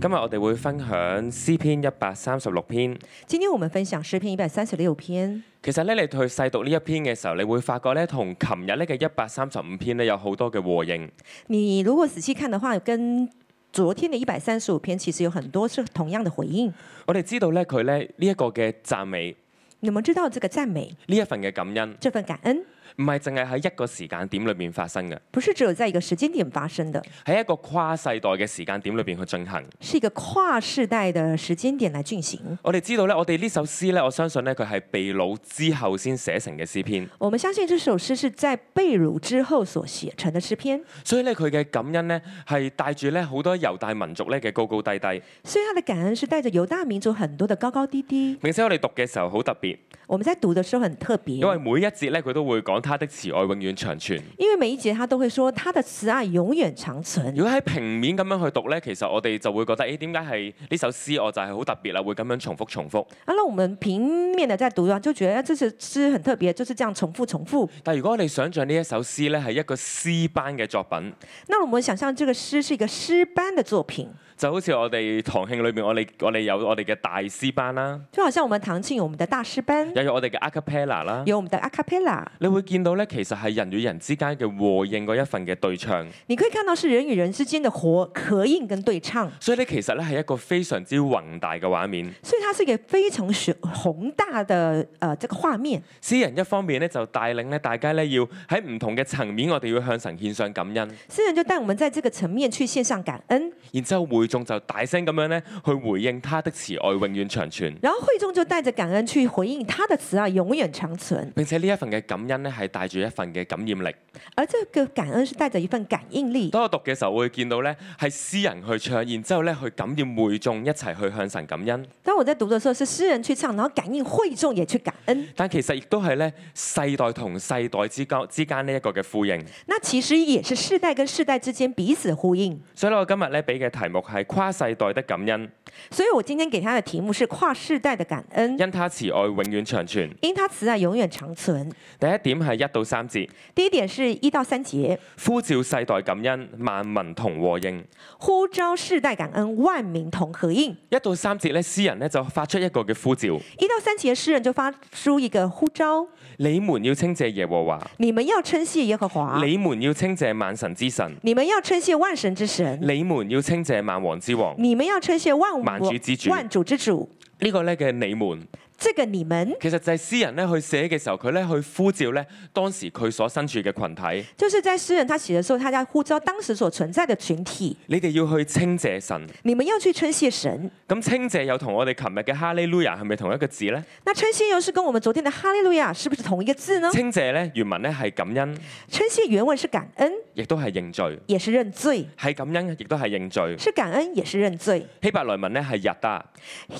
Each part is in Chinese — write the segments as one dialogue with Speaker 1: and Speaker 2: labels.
Speaker 1: 今日我哋會分享詩篇一百三十六篇。
Speaker 2: 今天我们分享诗篇一百三十六篇。
Speaker 1: 其實咧，你去細讀呢一篇嘅時候，你會發覺咧，同琴日呢嘅一百三十五篇咧有好多嘅和應。
Speaker 2: 你如果仔细看的话，跟昨天的一百三十五篇其实有很多是同样的回应。
Speaker 1: 我哋知道咧，佢咧呢一個嘅讚美，
Speaker 2: 你们知道这个赞美，
Speaker 1: 呢一份嘅感恩，
Speaker 2: 这份感恩，
Speaker 1: 唔係淨係喺一個時間點裏面發生嘅，
Speaker 2: 不是只有在一个时间点发生的，
Speaker 1: 喺一個跨世代嘅時間點裏邊去進行。
Speaker 2: 是一个跨世代的时间点来进行。
Speaker 1: 我哋知道咧，我哋呢首詩咧，我相信咧佢係被擄之後先寫成嘅詩篇，
Speaker 2: 我们相信这首诗是在被掳之后所写成的诗篇，
Speaker 1: 所以咧佢嘅感恩咧係帶住咧好多猶大民族咧嘅高高低低。
Speaker 2: 所以他的感恩是带着犹大民族很多的高高低低。
Speaker 1: 並且我哋讀嘅時候好特別，
Speaker 2: 我们在讀的时候很特别
Speaker 1: 因，為每一節咧佢都會講他的慈愛永遠長存。
Speaker 2: 因为每一节他都会说他的慈爱永远长存。
Speaker 1: 如果喺平面咁樣去讀呢，其實我哋就會覺得，誒點解係呢首詩我就係好特別啦，會咁樣重複重複。
Speaker 2: 啊，那我们平面的在读啊，就觉得哎这首诗很特别，就是这样重复重复。
Speaker 1: 但如果我哋想像呢一首詩呢係一個詩班嘅作品，
Speaker 2: 那我们想象这个诗是一个诗班的作品，
Speaker 1: 就好似我哋堂慶裏面，我哋我哋有我哋嘅大詩班啦，
Speaker 2: 就好像我们唐庆有我们的大诗班，
Speaker 1: 又有我哋嘅 a cappella 啦。
Speaker 2: 有我们的 a cappella，
Speaker 1: 你會見到呢，其實係人與人之間嘅和應嗰一份嘅對唱，
Speaker 2: 你可以看到是人与人之间的和合应跟对唱，
Speaker 1: 所以呢，其實呢係一個非常之宏大嘅畫面。
Speaker 2: 所以它是一个非常雄宏大的呃这个画面。
Speaker 1: 詩人一方面呢，就帶領呢大家呢，要喺唔同嘅層面，我哋要向神獻上感恩。
Speaker 2: 诗人就带我们在这个层面去献上感恩，
Speaker 1: 然之後會眾就大聲咁樣咧，去回應他的慈愛永遠長存。
Speaker 2: 然后会众就带着感恩去回应他的慈爱永远长存，
Speaker 1: 並且呢一份嘅感恩咧，係帶住一份嘅感染力。
Speaker 2: 而這個感恩是帶着一份感應力。
Speaker 1: 當我讀嘅時候，我會見到咧係詩人去唱，然之後咧去感染會眾一齊去向神感恩。
Speaker 2: 當我在讀的時候，是詩人去唱，然後感應會眾也去感恩。
Speaker 1: 但其實亦都係咧世代同世代之間之間呢一個嘅呼應。
Speaker 2: 那其實也是世代跟世代之間彼此呼應。
Speaker 1: 所以咧，我今日咧俾嘅題目係跨世代的感恩，
Speaker 2: 所以我今天給他的題目是跨世代的感恩，
Speaker 1: 因他慈愛永遠長存。
Speaker 2: 因他慈愛永遠長存。
Speaker 1: 第一點係一到三節，
Speaker 2: 第一點是一到三節，
Speaker 1: 呼召世代感恩，萬民同和應。
Speaker 2: 呼召世代感恩，萬民同合應。
Speaker 1: 一到三節咧，詩人咧就發出一個嘅呼召。
Speaker 2: 一到三節，詩人就發出一個呼召：
Speaker 1: 你們要稱謝耶和華，
Speaker 2: 你們要稱謝耶和華，
Speaker 1: 你們要稱謝萬神之神，
Speaker 2: 你們要稱謝萬神之神，
Speaker 1: 你們要稱謝萬王之王。呢、
Speaker 2: 你們要稱謝萬
Speaker 1: 萬
Speaker 2: 王
Speaker 1: 主之主
Speaker 2: 萬主之主。
Speaker 1: 個咧嘅你們，
Speaker 2: 這個你們
Speaker 1: 其實就係詩人咧去寫嘅時候，佢咧去呼召咧當時佢所身處嘅群體，
Speaker 2: 就是在诗人他写的时候，他在呼召当时所存在的群体，
Speaker 1: 你哋要去稱謝神。
Speaker 2: 你们要去称谢神。
Speaker 1: 咁稱謝又同我哋琴日嘅哈利路亞係咪同一個字呢？
Speaker 2: 那称谢又是跟我们昨天的哈利路亚是不是同一个字呢？
Speaker 1: 稱謝咧原文咧係感恩，
Speaker 2: 称谢原文是感恩，
Speaker 1: 亦都係認罪，
Speaker 2: 也是认罪，
Speaker 1: 係感恩亦都係認罪。
Speaker 2: 是感恩也是认罪。
Speaker 1: 希伯來文咧係日大，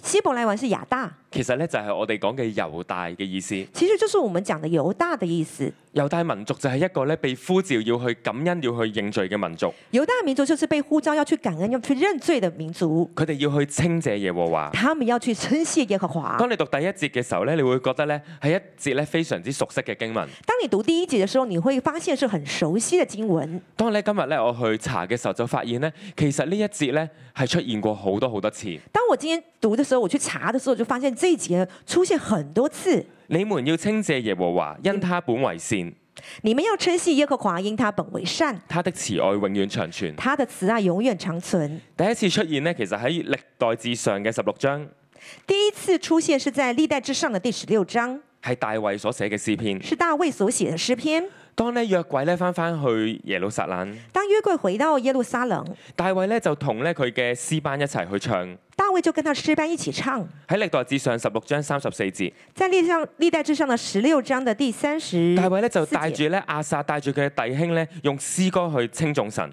Speaker 2: 希伯来文是亚大，
Speaker 1: 其實咧就係我哋講嘅猶大嘅意思。
Speaker 2: 其实就是我们讲的犹大的意思。
Speaker 1: 猶大民族就係一個咧被呼召要去感恩、要去認罪嘅民族，
Speaker 2: 犹大民族就是被呼召要去感恩、要去认罪的民族，
Speaker 1: 佢哋要去稱謝耶和華。
Speaker 2: 他们要去称谢耶和华。
Speaker 1: 當你讀第一節嘅時候咧，你會覺得咧係一節咧非常之熟悉嘅經文。
Speaker 2: 当你读第一节的时候，你会发现是很熟悉的经文。
Speaker 1: 當你今日咧我去查嘅時候，就發現咧其實呢一節咧係出現過好多好多次。
Speaker 2: 当我今天读的时候，我去查的时候，就发现这一节出现很多次。
Speaker 1: 你們要稱謝耶和華，因他本為善，
Speaker 2: 你们要称谢耶和华，因他本为善，
Speaker 1: 他的慈愛永遠長存。
Speaker 2: 他的慈爱永远长存。
Speaker 1: 第一次出現咧，其實喺歷代至上嘅十六章，
Speaker 2: 第一次出现是在历代之上的第十六章，
Speaker 1: 係大衛所寫嘅詩篇。
Speaker 2: 是大卫所写的诗篇。
Speaker 1: 當咧約櫃咧翻翻去耶路撒冷。
Speaker 2: 当约柜回到耶路撒冷，
Speaker 1: 大衛咧就同咧佢嘅詩班一齊去唱，
Speaker 2: 大卫就跟他诗班一起唱，
Speaker 1: 喺歷代志上十六章三十四節，
Speaker 2: 在历上历代之上的十六章的第三十，
Speaker 1: 大衛咧就
Speaker 2: 四節
Speaker 1: 帶住咧亞撒帶住佢嘅弟兄咧，用詩歌去稱頌神。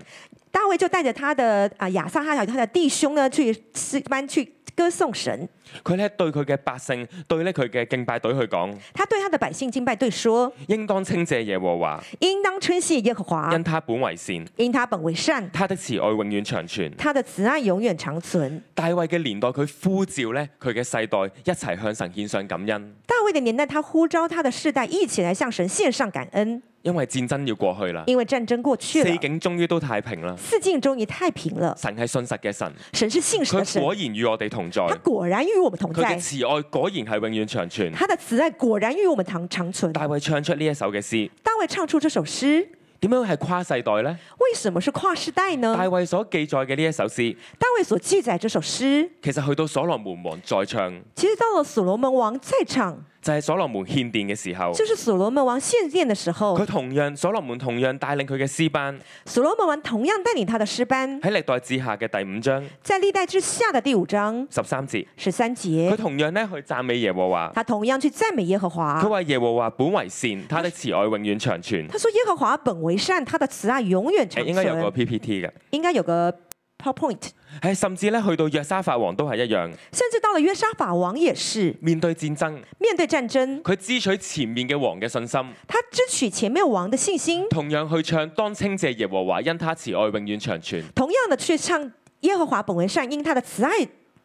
Speaker 2: 大卫就带着他的啊亚撒哈还有他的弟兄呢，去诗班去歌颂神。
Speaker 1: 佢咧對佢嘅百姓，對咧佢嘅敬拜隊去講，
Speaker 2: 他对他的百姓敬拜队说
Speaker 1: 應當稱謝耶和華，：“
Speaker 2: 应当称谢耶和华，
Speaker 1: 因他本為善，
Speaker 2: 因他本为善，
Speaker 1: 他的慈愛永遠長存。
Speaker 2: 他的慈爱永远长存。”
Speaker 1: 大衛嘅年代，佢呼召咧佢嘅世代一齊向神獻上感恩。
Speaker 2: 大卫的年代，他呼召他的世代一起来向神献上感恩。
Speaker 1: 因為戰爭要過去啦，
Speaker 2: 因为战争过去
Speaker 1: 四
Speaker 2: 了，
Speaker 1: 境終於都太平啦。
Speaker 2: 四境终于太平了。
Speaker 1: 神係信實嘅神，
Speaker 2: 神是信实的
Speaker 1: 佢
Speaker 2: 神，
Speaker 1: 果然與我哋同在，
Speaker 2: 他果然与我们同
Speaker 1: 佢嘅
Speaker 2: 在，
Speaker 1: 慈愛果然係永遠長存。
Speaker 2: 他的慈爱果然与我们长长存。
Speaker 1: 大衛唱出呢一首嘅詩，
Speaker 2: 大卫唱出这首诗，
Speaker 1: 點樣係跨世代呢？
Speaker 2: 为什么是跨世代呢？
Speaker 1: 大衛所記載嘅呢一首詩，
Speaker 2: 大卫所记载这首诗，
Speaker 1: 其實去到所羅門王再唱，
Speaker 2: 其实到了所罗门王在场，
Speaker 1: 就係所羅門獻殿嘅時候，
Speaker 2: 就是所罗门王献殿的时候
Speaker 1: 佢，同樣所羅門同樣帶領佢嘅詩班
Speaker 2: 所罗门王同样带领他的诗班，
Speaker 1: 喺歷代志下嘅第五章
Speaker 2: 在历代之下的第五章
Speaker 1: 十三節，
Speaker 2: 十
Speaker 1: 佢
Speaker 2: 三节，
Speaker 1: 同樣咧去讚美耶和華。
Speaker 2: 他同样去赞美耶和华
Speaker 1: 佢。話耶和華本為善，他的慈愛永遠長存。
Speaker 2: 他说：“耶和华本为善，他的慈爱永远长
Speaker 1: 誒
Speaker 2: 存。
Speaker 1: 應哎該有個 PPT 嘅，
Speaker 2: 应该有个 PowerPoint，
Speaker 1: 誒甚至咧去到約沙法王都係一樣，
Speaker 2: 甚至到了约沙法王也是
Speaker 1: 面對戰爭，
Speaker 2: 面对战争，
Speaker 1: 佢支取前面嘅王嘅信心，
Speaker 2: 他支取前面王的信心，
Speaker 1: 同樣去唱當稱謝耶和華，因他慈愛永遠長存。
Speaker 2: 同样的去唱耶和华本为善，因他的慈爱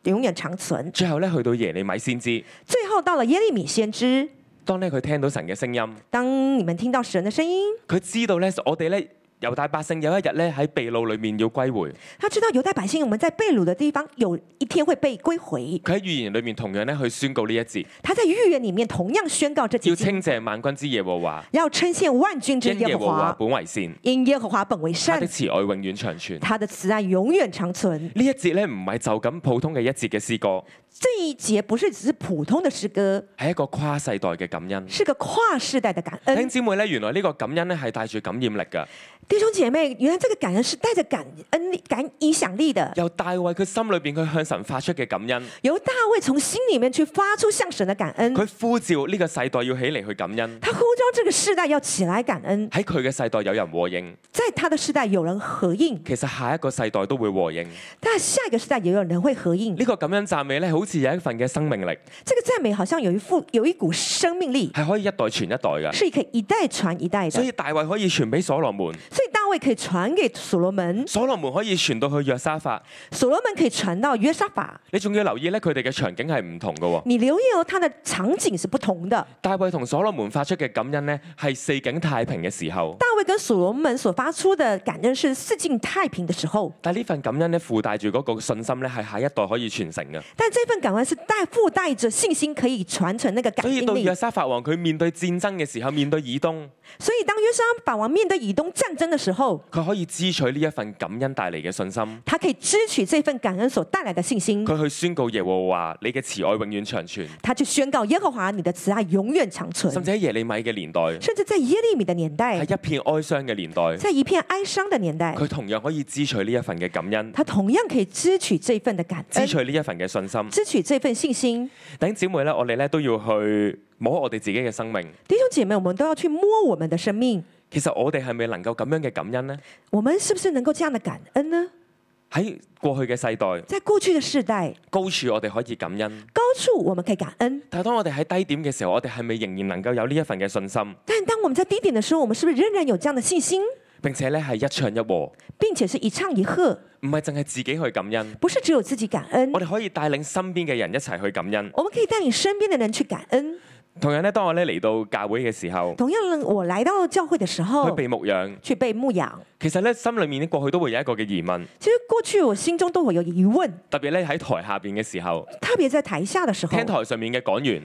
Speaker 2: 永远长存。
Speaker 1: 最後咧去到耶利米先知，
Speaker 2: 最后到了耶利米先知，
Speaker 1: 當咧佢聽到神嘅聲音，
Speaker 2: 当你们听到神的声音，
Speaker 1: 佢知道咧我哋咧猶大百姓有一日咧喺被擄裏面要歸回，
Speaker 2: 他知道犹太百姓我们在被掳的地方有一天会被归回。
Speaker 1: 佢喺預言裏面同樣咧去宣告呢一節，
Speaker 2: 他在预言里面同样宣告这
Speaker 1: 要
Speaker 2: 几句，
Speaker 1: 稱謝萬軍之耶和華，
Speaker 2: 要称谢万军之
Speaker 1: 因
Speaker 2: 耶
Speaker 1: 耶
Speaker 2: 和
Speaker 1: 和華
Speaker 2: 华，
Speaker 1: 本為善，
Speaker 2: 因耶和华本为
Speaker 1: 他的
Speaker 2: 善，
Speaker 1: 慈愛永遠長存。
Speaker 2: 他的慈爱永远长存。
Speaker 1: 呢一節咧唔係就咁普通嘅一節嘅詩歌，
Speaker 2: 这一节不是只是普通的诗歌，
Speaker 1: 係一個跨世代嘅感恩。
Speaker 2: 是个跨世代的感
Speaker 1: 弟兄
Speaker 2: 恩。
Speaker 1: 姊妹咧，原來呢個感恩咧係帶住感染力㗎。
Speaker 2: 弟兄姐妹，原来这个感恩是带着感恩力、感影响力的，
Speaker 1: 由大衛佢心裏邊佢向神發出嘅感恩，
Speaker 2: 由大卫从心里面去发出向神的感恩。
Speaker 1: 佢呼召呢個世代要起嚟去感恩。
Speaker 2: 他呼召这个世代要起来感恩，
Speaker 1: 喺佢嘅世代有人和應，
Speaker 2: 在他的世代有人合应，
Speaker 1: 其實下一個世代都會和應。呢、
Speaker 2: 但下一个世代也有人会合应。
Speaker 1: 個感恩讚美咧，好似有一份嘅生命力，
Speaker 2: 这个赞美好像有一副有一股生命力，
Speaker 1: 係可以一代傳一代㗎。
Speaker 2: 是可以一代传一代的。
Speaker 1: 所
Speaker 2: 所以
Speaker 1: 以大衛可以傳俾所羅門，
Speaker 2: 大卫可以传给所罗门，
Speaker 1: 所羅門可以傳到去約沙法。
Speaker 2: 所罗门可以传到约沙法。
Speaker 1: 你仲要留意咧，佢哋嘅場景係唔同㗎喎。
Speaker 2: 你留意哦，他的场景是不同的。
Speaker 1: 大衛同所羅門發出嘅感恩呢，係四境太平嘅時候。
Speaker 2: 大卫跟所罗门所发出的感恩是四境太平的时候，
Speaker 1: 但呢份感恩咧，附帶住嗰個信心咧，係下一代可以傳承嘅。
Speaker 2: 但这份感恩是带附带着信心，可以传承那个感
Speaker 1: 所
Speaker 2: 恩
Speaker 1: 以到
Speaker 2: 力。
Speaker 1: 約沙法王佢面對戰爭嘅時候，面對以東，
Speaker 2: 所以当约沙法王面对以东战争的时候，
Speaker 1: 佢可以支取呢一份感恩帶嚟嘅信心。
Speaker 2: 他可以支取这份感恩所带来的信心，
Speaker 1: 佢去宣告耶和華，你嘅慈愛永遠長存。
Speaker 2: 他去宣告耶和华你的慈爱永远长存。
Speaker 1: 甚至喺耶利米嘅年代，
Speaker 2: 甚至在耶利米的年代，
Speaker 1: 係一片哀傷嘅年代，
Speaker 2: 在一片哀伤的年代，
Speaker 1: 佢同樣可以支取呢一份嘅感恩，
Speaker 2: 他同样可以支取这份的感
Speaker 1: 支
Speaker 2: 恩，
Speaker 1: 取呢一份嘅信心。
Speaker 2: 支取这份信心。
Speaker 1: 弟兄姊妹咧，我哋咧都要去摸我哋自己嘅生命。
Speaker 2: 弟兄姐妹，我们都要去摸我们的生命，
Speaker 1: 其實我哋係咪能夠咁樣嘅感恩呢？
Speaker 2: 我们是不是能够这样的感恩呢？
Speaker 1: 喺過去嘅世代，
Speaker 2: 在过去的世代，
Speaker 1: 高處我哋可以感恩，
Speaker 2: 高处我们可以感恩，
Speaker 1: 但係當我哋喺低點嘅時候，我哋係咪仍然能夠有呢一份嘅信心？
Speaker 2: 但当我们在低点的时候，我们是不是仍然有这样的信心，
Speaker 1: 並且咧係一唱一和，
Speaker 2: 并且是一唱一和，
Speaker 1: 唔係淨係自己去感恩，
Speaker 2: 不是只有自己感恩
Speaker 1: 我，哋可以帶領身邊嘅人一齊去感恩。
Speaker 2: 我们可以带领身边的人去感恩。
Speaker 1: 同樣咧，當我咧嚟到教會嘅時候，
Speaker 2: 同样呢，我来到教会的
Speaker 1: 去
Speaker 2: 时候，
Speaker 1: 被牧養，
Speaker 2: 去被牧养，
Speaker 1: 其實咧心裏面咧過去都會有一個嘅疑問，
Speaker 2: 其实过去我心中都会有疑问，
Speaker 1: 特別咧喺台下邊嘅時候，
Speaker 2: 特别在台下的时候
Speaker 1: 聽，台上面嘅講員，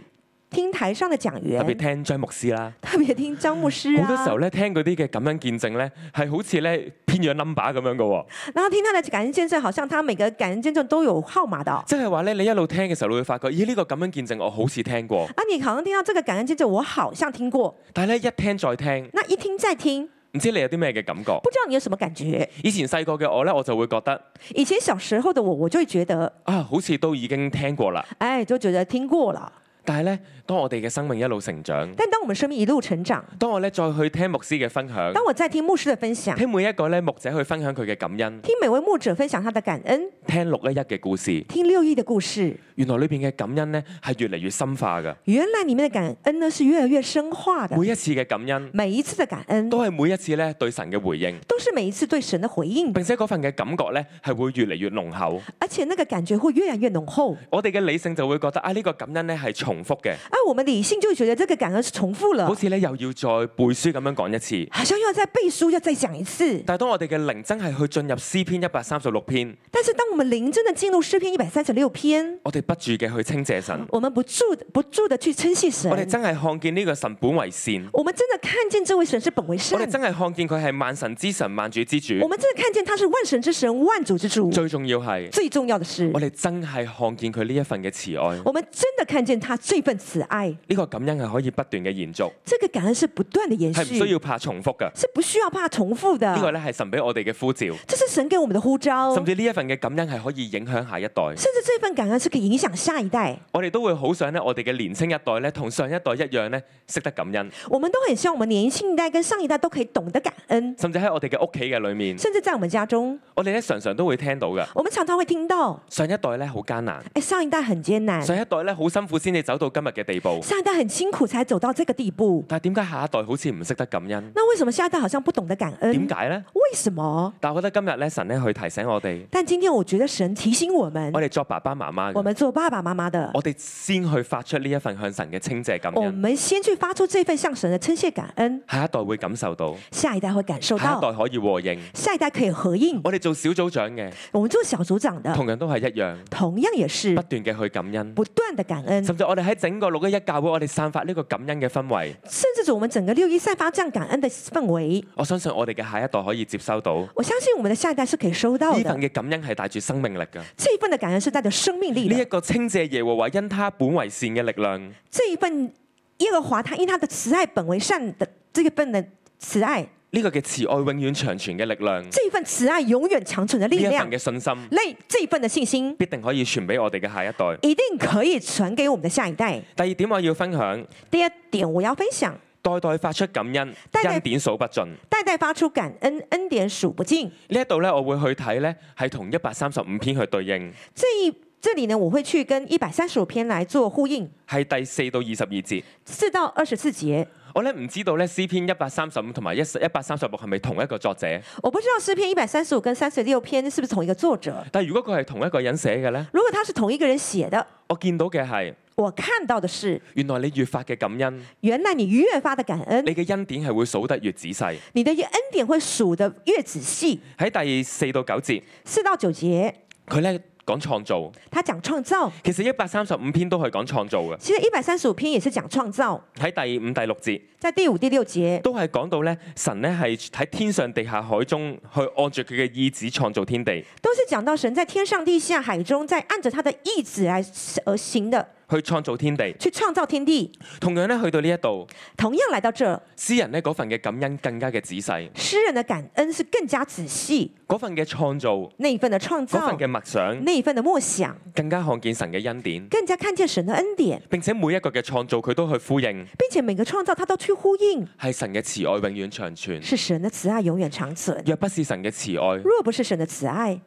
Speaker 2: 听台上的讲
Speaker 1: 特別
Speaker 2: 员，
Speaker 1: 聽張牧師啦，
Speaker 2: 特别听张牧师
Speaker 1: 好多時候
Speaker 2: 啊，
Speaker 1: 咧聽嗰啲嘅感恩見證咧係好似咧偏咗 number 咁樣嘅喎。
Speaker 2: 然后听他的感恩见证，好像他每个感恩见证都有号码的哦、
Speaker 1: 即係話咧，你一路聽嘅時候，你會發覺，咦呢、個咁樣見證我好似聽過，
Speaker 2: 啊，你好像听到这个感恩见证，我好像听过。
Speaker 1: 但係咧一聽再聽，
Speaker 2: 那一听再听，
Speaker 1: 唔知你有啲咩嘅感覺？
Speaker 2: 不知道你有什么感觉？
Speaker 1: 以前細個嘅我咧，我就會覺得
Speaker 2: 以前小时候的我，我就会觉得，
Speaker 1: 啊，好似都已經聽過啦。
Speaker 2: 哎，就觉得听过了。
Speaker 1: 但係咧，當我哋嘅生命一路成長，
Speaker 2: 但当我们生命一路成长，
Speaker 1: 當我咧再去聽牧師嘅分享，
Speaker 2: 当我在听牧师的分享，
Speaker 1: 聽每一個咧牧者去分享佢嘅感恩，
Speaker 2: 听每位牧者分享他的感恩，
Speaker 1: 聽六一一嘅故事，
Speaker 2: 听六一的故事，
Speaker 1: 原來裏邊嘅感恩咧係越嚟越深化㗎。
Speaker 2: 原来里面的感恩呢是越来越深化的。
Speaker 1: 每一次嘅感恩
Speaker 2: 每一次的感恩
Speaker 1: 都係每一次咧對神嘅回應，
Speaker 2: 都是每一次对神的回应，
Speaker 1: 並且嗰份嘅感覺咧係會越嚟越濃厚。
Speaker 2: 而且那个感觉会越来越浓厚。
Speaker 1: 啊我哋嘅理性就會覺得啊，呢、個感恩咧係重複嘅。
Speaker 2: 啊，我们理性就觉得这个感恩是重复了
Speaker 1: 好，似咧又要再背書咁樣講一次。
Speaker 2: 好像又要再背书，要再讲一次。
Speaker 1: 但係當我哋嘅靈真係去進入詩篇一百三十六篇，
Speaker 2: 但是当我们灵真的进入诗篇一百三十六篇，
Speaker 1: 我哋不住嘅去稱謝神，
Speaker 2: 我们不住不住的去称谢神
Speaker 1: 我，哋真係看見呢個神本為善，
Speaker 2: 我们真的看见这位神是本为善
Speaker 1: 我，哋真係看見佢係萬神之神、萬主之主
Speaker 2: 我。们真的看见他是万神之神、万主之主。
Speaker 1: 最重要係
Speaker 2: 最重要的是
Speaker 1: 我，哋真係看見佢呢一份嘅慈愛，呢、
Speaker 2: 我们真的看见他这份慈爱，
Speaker 1: 個感恩係可以不斷嘅延續，
Speaker 2: 这个感恩是不断的延
Speaker 1: 係唔需
Speaker 2: 续，
Speaker 1: 要怕重複嘅。
Speaker 2: 是不需要怕重复的。
Speaker 1: 呢個咧係神俾我哋嘅呼召，
Speaker 2: 这是神给我们的呼召，
Speaker 1: 甚至呢一份嘅感恩係可以影響下一代。
Speaker 2: 甚至这份感恩是可以影响下一代。
Speaker 1: 我哋都會好想咧，我哋嘅年青一代咧，同上一代一樣咧，識得感恩，
Speaker 2: 我们都很希望我们年轻一代跟上一代都可以懂得感恩，
Speaker 1: 甚至喺我哋嘅屋企嘅裏面，
Speaker 2: 甚至在我们家中，
Speaker 1: 我哋咧常常都會聽到嘅。
Speaker 2: 我们常常会听到，
Speaker 1: 上一代咧好艱難，
Speaker 2: 哎，上一代很艰难，
Speaker 1: 上一代咧好辛苦先至走到今日嘅地步。
Speaker 2: 上一代很辛苦才走到这个地步。
Speaker 1: 但係點解下一代好似唔識得感恩？
Speaker 2: 那为什么下一代好像不懂得感恩
Speaker 1: 點？解呢？
Speaker 2: 为什么？
Speaker 1: 但我覺得今日咧，神咧去提醒我哋，
Speaker 2: 但今天我觉得神提醒我们
Speaker 1: 我，哋作爸爸媽媽
Speaker 2: 我
Speaker 1: 嘅，
Speaker 2: 们做爸爸妈妈的，
Speaker 1: 我哋先去發出呢一份向神嘅清謝哦感
Speaker 2: 我
Speaker 1: 恩，
Speaker 2: 们先去发出这份向神的称谢感恩，
Speaker 1: 下一代會感受到，
Speaker 2: 下一代会感受
Speaker 1: 下一
Speaker 2: 到，
Speaker 1: 代可以和應。
Speaker 2: 下一代可以合应。
Speaker 1: 我哋做小組長嘅，
Speaker 2: 我们做小组长的，
Speaker 1: 同嗯樣都係一樣，
Speaker 2: 同样也是
Speaker 1: 不斷嘅去感恩。
Speaker 2: 不断的感恩，
Speaker 1: 甚至我哋喺整個六一一教會，我哋散發呢個感恩嘅氛圍，
Speaker 2: 甚至是我们整个六一散发这样感恩的氛围。
Speaker 1: 我相信我哋嘅下一代可以接收到呢
Speaker 2: 我相信我们的下一代是可以收到
Speaker 1: 份
Speaker 2: 的。
Speaker 1: 嘅感恩係帶住生命力嘅。呢
Speaker 2: 这一份的感恩是带着生命力
Speaker 1: 一
Speaker 2: 的，
Speaker 1: 個稱謝耶和華因他本為善嘅力量，
Speaker 2: 这一份耶和华他因他的慈爱本为善的这一份的慈爱，
Speaker 1: 呢、個嘅慈愛永遠長存嘅力量，呢啊
Speaker 2: 这一份慈爱永远长存的力
Speaker 1: 一
Speaker 2: 量
Speaker 1: 份，嘅信心
Speaker 2: 那这一份的信心
Speaker 1: 必定可以傳俾我哋嘅下一代。
Speaker 2: 一定可以传给我们的下一代。
Speaker 1: 第二點我要分享，
Speaker 2: 第二点，我要分享，
Speaker 1: 代代發出感恩，
Speaker 2: 代代
Speaker 1: 恩典數不盡。
Speaker 2: 代代发出感恩，恩典数不尽。
Speaker 1: 呢一度咧，我會去睇咧，係同一百三十五篇去對應，
Speaker 2: 这一这里呢，我会去跟一百三十五篇来做呼应，
Speaker 1: 係第四到二十二節。
Speaker 2: 四到二十四节。
Speaker 1: 我咧唔知道咧詩篇一百三十五同埋一一百三十六係咪同一個作者？
Speaker 2: 我不知道诗篇一百三十五跟三十六篇是不是同一个作者。
Speaker 1: 但如果佢係同一個人寫嘅呢，
Speaker 2: 如果他是同一个人写的，
Speaker 1: 我見到嘅係
Speaker 2: 我看到的是，
Speaker 1: 原來你越發嘅感恩，
Speaker 2: 原来你越发的感恩，
Speaker 1: 你嘅恩典係會數得越仔細。
Speaker 2: 你的恩典会数得越仔细。
Speaker 1: 喺第四到九節，
Speaker 2: 四到九节，
Speaker 1: 佢咧講創造，
Speaker 2: 他讲創造，
Speaker 1: 其實一百三十五篇都係講創造嘅。
Speaker 2: 其實一百三十五篇也是講創造，
Speaker 1: 喺第五、第六節
Speaker 2: 在第五、第六节
Speaker 1: 都係講到咧，神咧係喺天上、地下、海中去按住佢嘅意旨創造天地，
Speaker 2: 都是講到神在天上、地下、海中，在按着他的意志来而行的，
Speaker 1: 去創造天地。
Speaker 2: 去創造天地。
Speaker 1: 同樣咧，去到呢一度，
Speaker 2: 同样来到这，
Speaker 1: 詩人咧嗰份嘅感恩更加嘅仔細，
Speaker 2: 诗人的感恩是更加仔细，
Speaker 1: 嗰份嘅創造，
Speaker 2: 那一份的創
Speaker 1: 嗰
Speaker 2: 造
Speaker 1: 份，嘅默想，
Speaker 2: 那一份的默想，
Speaker 1: 更加看見神嘅恩典。
Speaker 2: 更加看见神的恩典，
Speaker 1: 並且每一個嘅創造佢都去呼應，
Speaker 2: 并且每个創造他都去呼应，
Speaker 1: 係神嘅慈愛永遠長存。
Speaker 2: 是神的慈爱永远长存。
Speaker 1: 若不是神嘅慈愛，
Speaker 2: 若不是神的慈爱，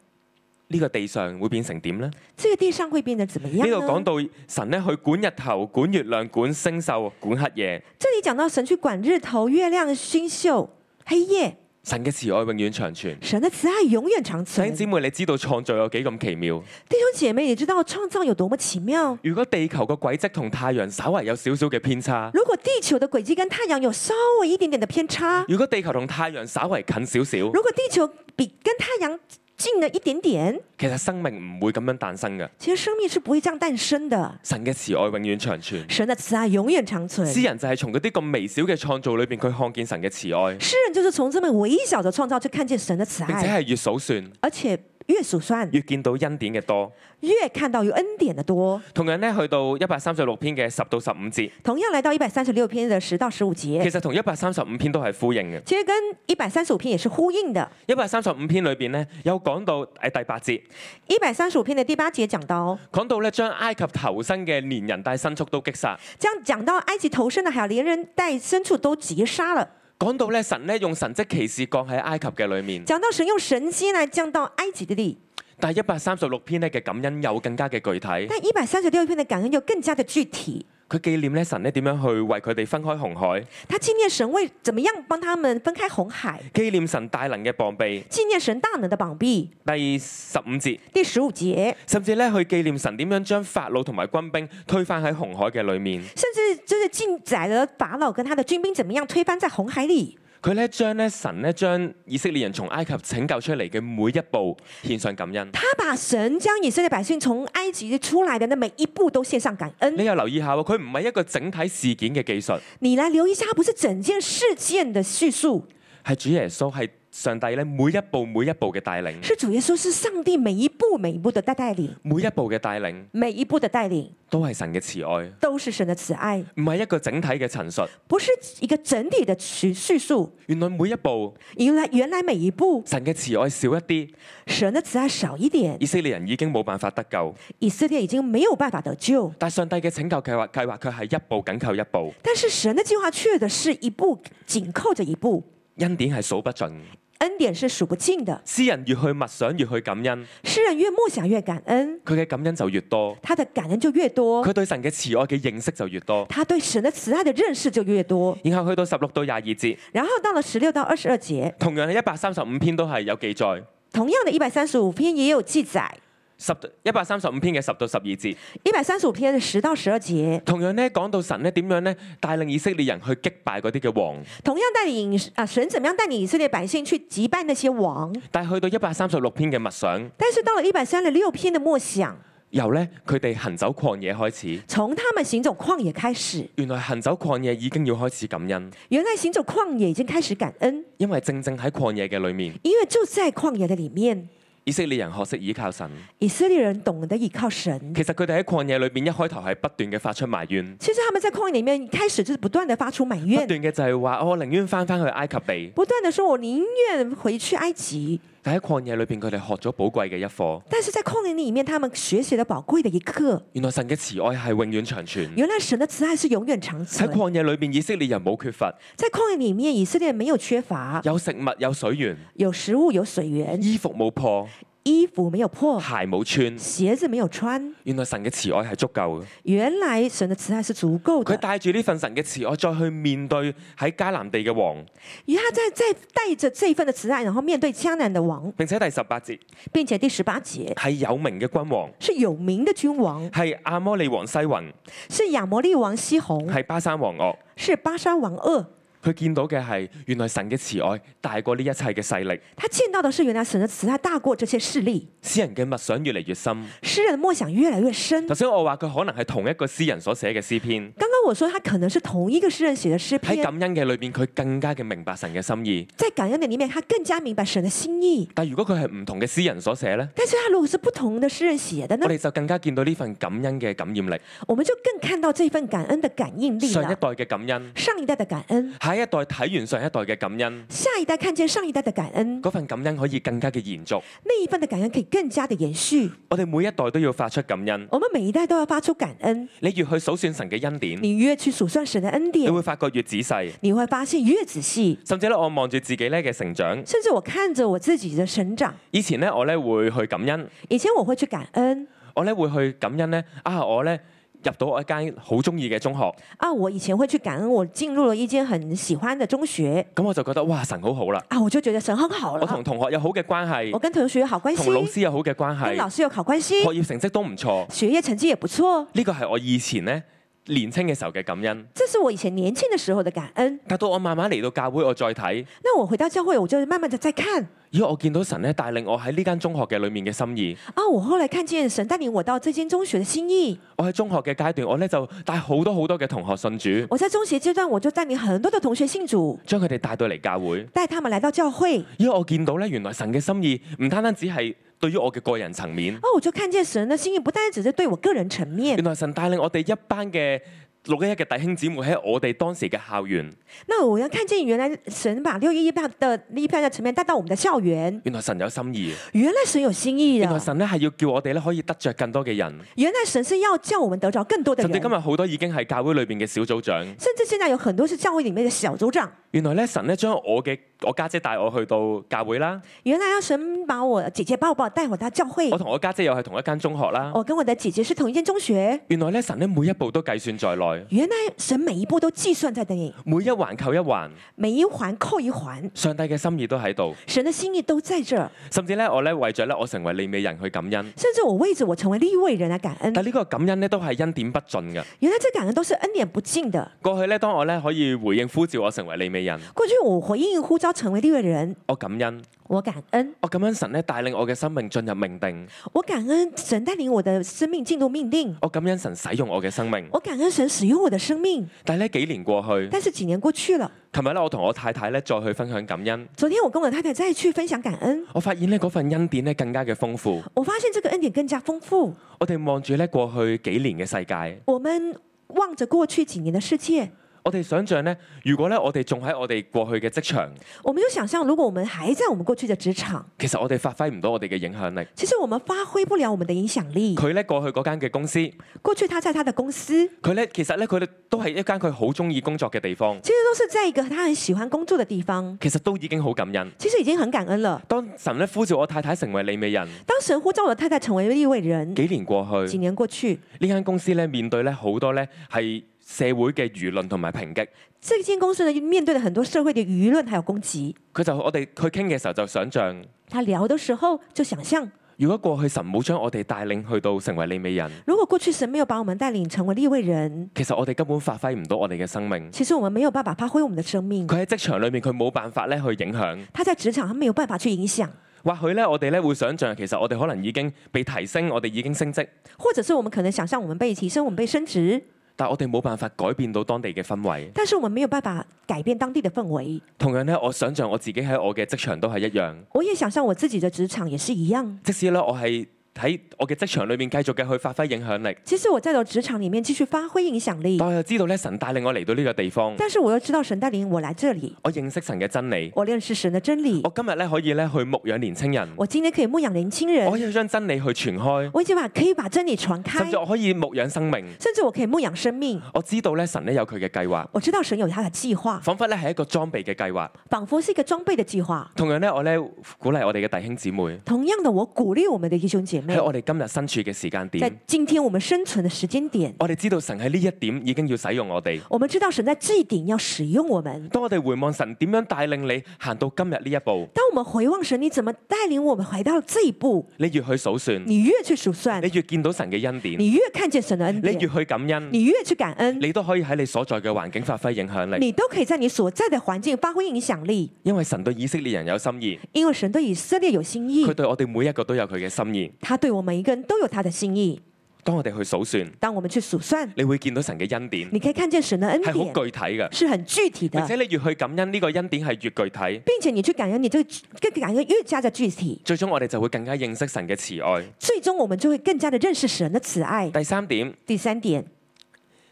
Speaker 1: 呢、個地上會變成點呢？呢
Speaker 2: 这个地上会变得怎么
Speaker 1: 度
Speaker 2: 样
Speaker 1: 講
Speaker 2: 呢？
Speaker 1: 到神咧去管日頭、管月亮、管星宿、管黑夜，
Speaker 2: 这里讲到神去管日头、月亮、星宿、黑夜，
Speaker 1: 神嘅慈愛永遠長存。
Speaker 2: 神的慈爱永远长
Speaker 1: 弟
Speaker 2: 存。
Speaker 1: 兄姊
Speaker 2: 弟
Speaker 1: 妹，你知道創造有幾咁奇妙？
Speaker 2: 兄姐妹，你知道创造有多么奇妙？
Speaker 1: 如果地球個軌跡同太陽稍為有少少嘅偏差，
Speaker 2: 如果地球的轨迹跟太阳有稍微一点点的偏差，
Speaker 1: 如果地球同太陽稍為近少少，
Speaker 2: 如果地球比跟太阳近了一点点，
Speaker 1: 其實生命唔會咁樣誕生嘅。
Speaker 2: 其实生命是不会这样诞生的。
Speaker 1: 神嘅慈愛永遠長存。
Speaker 2: 神的慈爱永远长存。
Speaker 1: 詩人就係從嗰啲咁微小嘅創造裏邊，佢看見神嘅慈愛，
Speaker 2: 诗人就是从这么微小的创造去看见神的慈
Speaker 1: 並且
Speaker 2: 爱，
Speaker 1: 係越數算。
Speaker 2: 而且越数算
Speaker 1: 越見到恩典嘅多。
Speaker 2: 越看到有恩典的多。
Speaker 1: 同樣咧，去到一百三十六篇嘅十到十五節，
Speaker 2: 同样来到一百三十六篇的十到十五
Speaker 1: 其
Speaker 2: 节，
Speaker 1: 實同一百三十五篇都係呼應嘅。
Speaker 2: 其实跟一百三十五篇也是呼应的。
Speaker 1: 一百三十五篇裏邊咧，有講到誒第八節，
Speaker 2: 一百三十五篇的第八节讲到，
Speaker 1: 講到咧將埃及投生嘅連人帶牲畜都擊殺，
Speaker 2: 这样讲到埃及投生的海连人带牲畜都截杀了，
Speaker 1: 講到咧神咧用神蹟奇事降喺埃及嘅裏面。
Speaker 2: 讲到神用神机来降到埃及的地。
Speaker 1: 但係一百三十六篇咧嘅感恩又更加嘅具體，
Speaker 2: 但一百三十六篇的感恩又更加的具体，
Speaker 1: 佢紀念咧神咧點樣去為佢哋分開紅海，
Speaker 2: 他纪念神为怎么样帮他们分开红海，
Speaker 1: 紀念神大能嘅膀臂。
Speaker 2: 纪念神大能的膀臂。
Speaker 1: 第十五節，
Speaker 2: 第十五节，
Speaker 1: 甚至咧去紀念神點樣將法老同埋軍兵推翻喺紅海嘅裏面。
Speaker 2: 甚至就是记载了法老跟他的军兵怎么样推翻在红海里。
Speaker 1: 佢咧將咧神咧將以色列人從埃及拯救出嚟嘅每一步獻上感恩。
Speaker 2: 他把神将以色列百姓从埃及出来的那每一步都献上感恩。
Speaker 1: 你又留意下喎，佢唔係一個整體事件嘅技術，
Speaker 2: 你来留意一下，它不是整件事件的叙述，
Speaker 1: 係主耶穌係上帝咧每一步每一步嘅帶領，
Speaker 2: 是主耶稣是上帝每一步每一步的带带领，
Speaker 1: 每一步嘅帶領
Speaker 2: 每一步的带领
Speaker 1: 都係神嘅慈愛，
Speaker 2: 都是神的慈爱，
Speaker 1: 唔係一個整體嘅陳述。
Speaker 2: 不是一个整体的叙叙述。
Speaker 1: 原來每一步
Speaker 2: 原来原来每一步
Speaker 1: 神嘅慈愛少一啲，
Speaker 2: 神的慈爱少一点，
Speaker 1: 以色列人已經冇辦法得救，
Speaker 2: 以色列已经没有办法得救。
Speaker 1: 但上帝嘅拯救計劃計劃佢係一步緊扣一步，
Speaker 2: 但是神的计划却的是一步紧扣着一步，
Speaker 1: 恩典係數不盡。
Speaker 2: 恩典是数不尽的。
Speaker 1: 詩人越去默想，越去感恩，
Speaker 2: 诗人越默想越感恩，
Speaker 1: 佢嘅感恩就越多。
Speaker 2: 他的感恩就越多，
Speaker 1: 佢對神嘅慈愛嘅認識就越多。
Speaker 2: 他对神的慈爱的认识就越多。
Speaker 1: 然後去到十六到廿二節，
Speaker 2: 然后到了十六到二十二节，
Speaker 1: 同樣係一百三十五篇都係有記載。
Speaker 2: 同样的一百三十五篇也有记载，
Speaker 1: 十一百三十五篇嘅十到十二節，
Speaker 2: 一百三十五篇的十到十二節，
Speaker 1: 同樣咧講到神咧點樣咧帶領以色列人去擊敗嗰啲嘅王，
Speaker 2: 同样带领啊神怎么样带领以色列百姓去击败那些王。
Speaker 1: 但係去到一百三十六篇嘅默想，
Speaker 2: 但是到了一百三十六篇的默想，
Speaker 1: 由咧佢哋行走曠野開始，
Speaker 2: 从他们行走旷野開始，
Speaker 1: 原來行走曠野已經要開始感恩，
Speaker 2: 原来行走旷野已经开始感恩，
Speaker 1: 因為正正喺曠野嘅裏面，
Speaker 2: 因为就在旷野的里面，
Speaker 1: 以色列人學識倚靠神。
Speaker 2: 以色列人懂得倚靠神。
Speaker 1: 其實佢哋喺曠野裏邊一開頭係不斷嘅發出埋怨，
Speaker 2: 其实他们在旷野里面開始就是不斷的发出埋
Speaker 1: 不
Speaker 2: 怨，
Speaker 1: 斷嘅就係話哦我寧願翻返去埃及地。
Speaker 2: 不斷的说我宁愿回去埃及。
Speaker 1: 但喺曠野裏邊，佢哋學咗寶貴嘅一課。
Speaker 2: 但是在旷野里面，他们学习了宝貴的一课。
Speaker 1: 原來神嘅慈愛係永遠長存。
Speaker 2: 原来神的慈爱是永远长
Speaker 1: 喺
Speaker 2: 存。
Speaker 1: 曠野裏邊，以色列人冇缺乏，
Speaker 2: 在旷野里面，以色列没有缺乏，
Speaker 1: 有食物，有水源，
Speaker 2: 有食物，有水源，
Speaker 1: 衣服冇破，
Speaker 2: 衣服没有破，
Speaker 1: 鞋冇穿。
Speaker 2: 鞋子没有穿。
Speaker 1: 原來神嘅慈愛係足夠嘅。
Speaker 2: 原来神的慈爱是足够
Speaker 1: 佢
Speaker 2: 的。
Speaker 1: 帶住呢份神嘅慈愛，再去面對喺迦南地嘅王。
Speaker 2: 与他在在带着这份的慈爱，然后面对迦南的王，
Speaker 1: 並且第十八節
Speaker 2: 并且第十八节
Speaker 1: 係有名嘅君王，
Speaker 2: 是有名的君王，
Speaker 1: 係阿摩利王西雲，
Speaker 2: 是亚摩利王西宏，
Speaker 1: 係巴山王噩。
Speaker 2: 是巴山王噩。
Speaker 1: 佢見到嘅係原來神嘅慈愛大過呢一切嘅勢力。
Speaker 2: 他见到的是，原来神的慈爱大过这些势力。
Speaker 1: 詩人嘅默想越嚟越深。
Speaker 2: 诗人的默想越来越深。
Speaker 1: 頭先我話佢可能係同一個詩人所寫嘅詩篇。
Speaker 2: 刚刚我说他可能是同一个诗人写的诗
Speaker 1: 喺
Speaker 2: 篇
Speaker 1: 感，恩嘅裏邊，佢更加嘅明白神嘅心意。
Speaker 2: 在感恩的里面，他更加明白神的心意。
Speaker 1: 但如果佢係唔同嘅詩人所寫呢，
Speaker 2: 但是他如果是不同的诗人写的呢
Speaker 1: 我，哋就更加見到呢份感恩嘅感染力，
Speaker 2: 我们就更看到这份感恩的感应力
Speaker 1: 上一
Speaker 2: 了。
Speaker 1: 代嘅感恩，
Speaker 2: 上一代的感恩，
Speaker 1: 下一代睇完上一代嘅感恩，
Speaker 2: 下一代看见上一代的感恩，
Speaker 1: 嗰份感恩可以更加嘅延續。
Speaker 2: 那一份的感恩可以更加的延续。
Speaker 1: 我哋每一代都要發出感恩。
Speaker 2: 我们每一代都要发出感恩。
Speaker 1: 你越去數算神嘅恩典，
Speaker 2: 你越去数算神的恩
Speaker 1: 你
Speaker 2: 典，
Speaker 1: 會發覺越仔細。
Speaker 2: 你会发现越仔细。
Speaker 1: 甚至咧，我望住自己咧嘅成長，
Speaker 2: 甚至我看着我自己的成长，
Speaker 1: 以前咧我咧會去感恩，
Speaker 2: 以前我会去感恩
Speaker 1: 我咧會去感恩咧啊！我咧入到我一間好中意嘅中學，
Speaker 2: 啊，我以前会去感恩，我进入了一间很喜欢的中学
Speaker 1: 咁我就覺得哇神好好啦，
Speaker 2: 啊，我就觉得神很好
Speaker 1: 我同
Speaker 2: 了。
Speaker 1: 同學有好嘅關係
Speaker 2: 我。跟同学有好关系
Speaker 1: 同，老師有好嘅關
Speaker 2: 跟老
Speaker 1: 係，
Speaker 2: 师有好关系，
Speaker 1: 學業成績都唔錯。
Speaker 2: 学业成绩也不错。
Speaker 1: 呢個係我以前呢年青嘅時候嘅感恩。
Speaker 2: 这是我以前年轻的时候的感恩。
Speaker 1: 但到我慢慢嚟到教會，我再睇，
Speaker 2: 那我回到教会，我就慢慢的在看
Speaker 1: 咦，我見到神咧帶領我喺呢間中學嘅裏面嘅心意。
Speaker 2: 啊，我后来看见神带领我到这间中学的心意。
Speaker 1: 我喺中學嘅階段，我咧就帶好多好多嘅同學信主，
Speaker 2: 我在中学阶段，我就带领很多的同学信主，
Speaker 1: 將佢哋帶到嚟教會。
Speaker 2: 带他们来到教会。啊
Speaker 1: 因為我見到咧，原來神嘅心意唔單單只係對於我嘅個人層面，
Speaker 2: 哦，我就看见神的心意不单只是对我个人层 面
Speaker 1: 原，來神帶領我哋一班嘅六一一嘅弟兄姊妹喺我哋當時嘅校園，
Speaker 2: 那我要看见原来神把六一一票的一票的层面带到我们的校园，
Speaker 1: 原來神有心意，
Speaker 2: 原来神有心意啊
Speaker 1: 原來
Speaker 2: 的，
Speaker 1: 神咧係要叫我哋咧可以得着更多嘅人。
Speaker 2: 原来神是要叫我们得着更多的
Speaker 1: 甚至
Speaker 2: 人
Speaker 1: 今。日好多已經係教會裏邊嘅小組長，
Speaker 2: 甚至现在有很多是教会里面的小组长，
Speaker 1: 原來咧神咧將我嘅我家姐帶我去到教會啦，
Speaker 2: 原来啊，神把我姐姐把我把我带回到教会
Speaker 1: 我，同我家姐又係同一間中學啦。
Speaker 2: 我跟我的姐姐是同一间中学。
Speaker 1: 原來咧神咧每一步都計算在內，
Speaker 2: 原来神每一步都计算在内，
Speaker 1: 每一環扣一環，
Speaker 2: 每一环扣一环，
Speaker 1: 上帝嘅心意都喺度。
Speaker 2: 神的心意都在这儿。
Speaker 1: 甚至咧我咧為着咧我成為利美人去感恩，
Speaker 2: 甚至我为着我成为立位人来感恩，
Speaker 1: 但呢個感恩咧都係恩典不盡嘅。
Speaker 2: 原来这感恩都是恩典不尽的。
Speaker 1: 過去咧當我咧可以回應呼召我成為利美人，
Speaker 2: 过去我回应呼召成为立位人，
Speaker 1: 我感恩，
Speaker 2: 我感恩，
Speaker 1: 我感恩神咧帶領我嘅生命進入命定，
Speaker 2: 我感恩神带领我的生命进入命定，
Speaker 1: 我感恩神使用我嘅生命。
Speaker 2: 我感恩神使用我的生命。
Speaker 1: 但係咧幾年過去，
Speaker 2: 但是几年过去了，
Speaker 1: 琴日咧我同我太太咧再去分享感恩，
Speaker 2: 昨天我跟我太太再去分享感恩，
Speaker 1: 我發現咧嗰份恩典咧更加嘅豐富。
Speaker 2: 我发现这个恩典更加丰富。
Speaker 1: 我哋望住咧過去幾年嘅世界，
Speaker 2: 我们望着过去几年的世界，
Speaker 1: 我哋想象咧，如果咧我哋仲喺我哋過去嘅職場，
Speaker 2: 我们就想象，如果我们还在我们过去的职场，
Speaker 1: 其實我哋發揮唔到我哋嘅影響力。
Speaker 2: 其实我们发挥不了我们的影响力。
Speaker 1: 佢咧過去嗰間嘅公司，
Speaker 2: 过去他在他的公司，
Speaker 1: 佢咧其實咧佢哋都係一間佢好中意工作嘅地方，
Speaker 2: 其实都是在一个他很喜欢工作的地方，
Speaker 1: 其實都已經好感恩。
Speaker 2: 其实已经很感恩了。
Speaker 1: 當神咧呼召我太太成為利美人，
Speaker 2: 当神呼召我的太太成为立位人，
Speaker 1: 幾年過去
Speaker 2: 几，年过去，
Speaker 1: 呢間公司咧面對咧好多咧係社會嘅輿論同埋抨擊。
Speaker 2: 这间公司呢面对了很多社会的舆论还有攻击。
Speaker 1: 佢就我哋去傾嘅時候就想像，
Speaker 2: 他聊的时候就想象，
Speaker 1: 如果過去神冇將我哋帶領去到成為利美人，
Speaker 2: 如果过去神没有把我们带领成为立位人，
Speaker 1: 其實我哋根本發揮唔到我哋嘅生命。
Speaker 2: 其实我们没有办法发挥我们的生命。
Speaker 1: 佢喺職場裏面，佢冇辦法咧去影響。
Speaker 2: 他在职场他没有办法去影响，
Speaker 1: 或許咧，我哋咧會想像，其實我哋可能已經被提升，我哋已經升職，
Speaker 2: 或者是我们可能想象我们被提升，我们被升职，
Speaker 1: 但我哋冇辦法改變到當地嘅氛圍。
Speaker 2: 但是我们没有办法改变当地的氛围。
Speaker 1: 同樣咧，我想像我自己喺我嘅職場都係一樣，
Speaker 2: 我也想象我自己的职场也是一样。
Speaker 1: 即使咧我係喺我嘅職場裏面繼續嘅去發揮影響力，
Speaker 2: 其实我在我职场里面继续发挥影响力，
Speaker 1: 但我又知道咧神帶領我嚟到呢個地方，
Speaker 2: 但是我又知道神带领我来这里，
Speaker 1: 我認識神嘅真理，
Speaker 2: 我认识神的真理
Speaker 1: 我。今日咧可以咧去牧養年青人，
Speaker 2: 我今天可以牧养年轻人
Speaker 1: 我可，以將真理去傳開，
Speaker 2: 我已经把可以把真理传开
Speaker 1: 甚，至我可以牧養生命。
Speaker 2: 甚至我可以牧养生命。
Speaker 1: 我知道咧神咧有佢嘅計劃，
Speaker 2: 我知道神有他的计划，
Speaker 1: 彷彿咧係一個裝備嘅計劃。
Speaker 2: 仿佛是一个装备的计划。
Speaker 1: 同樣咧，我咧鼓勵我哋嘅弟兄姊妹
Speaker 2: 同样的，我鼓励我们的弟兄姐妹
Speaker 1: 喺，我哋今日身處嘅時間
Speaker 2: 在
Speaker 1: 點，
Speaker 2: 今天我们生存的时间点，
Speaker 1: 我哋知道神喺呢一點已經要使用我哋。
Speaker 2: 我们知道神在这一点要使用我们。
Speaker 1: 當我哋回望神點樣帶領你行到今日呢一步，
Speaker 2: 当我们回望神，你怎么带领我们回到这一步？
Speaker 1: 你越去數算，
Speaker 2: 你越去数算，
Speaker 1: 你越見到神嘅恩典，
Speaker 2: 你越看见神的恩
Speaker 1: 你越
Speaker 2: 典，
Speaker 1: 去感恩，
Speaker 2: 你越去感恩，
Speaker 1: 你都可以喺你所在嘅環境發揮影響力。
Speaker 2: 你都可以在你所在的环境发挥影响力，
Speaker 1: 因為神對以色列人有心意，
Speaker 2: 因为神对以色列有心意
Speaker 1: 佢，對我哋每一個都有佢嘅心意。
Speaker 2: 他对我们每一个人都有他的心意。
Speaker 1: 當我哋去數算，
Speaker 2: 当我们去数算，
Speaker 1: 你會見到神嘅恩典
Speaker 2: 你可以看见神的恩
Speaker 1: 係好
Speaker 2: 典
Speaker 1: 具體嘅，
Speaker 2: 是很具体的
Speaker 1: 而，且你越去感恩，呢、個恩典係越具體。
Speaker 2: 并且你去感恩，你这个这个感恩越加的具体，
Speaker 1: 最終我哋就會更加認識神嘅慈愛。
Speaker 2: 最终我们就会更加的认识神的慈爱。
Speaker 1: 第三點
Speaker 2: 第三點，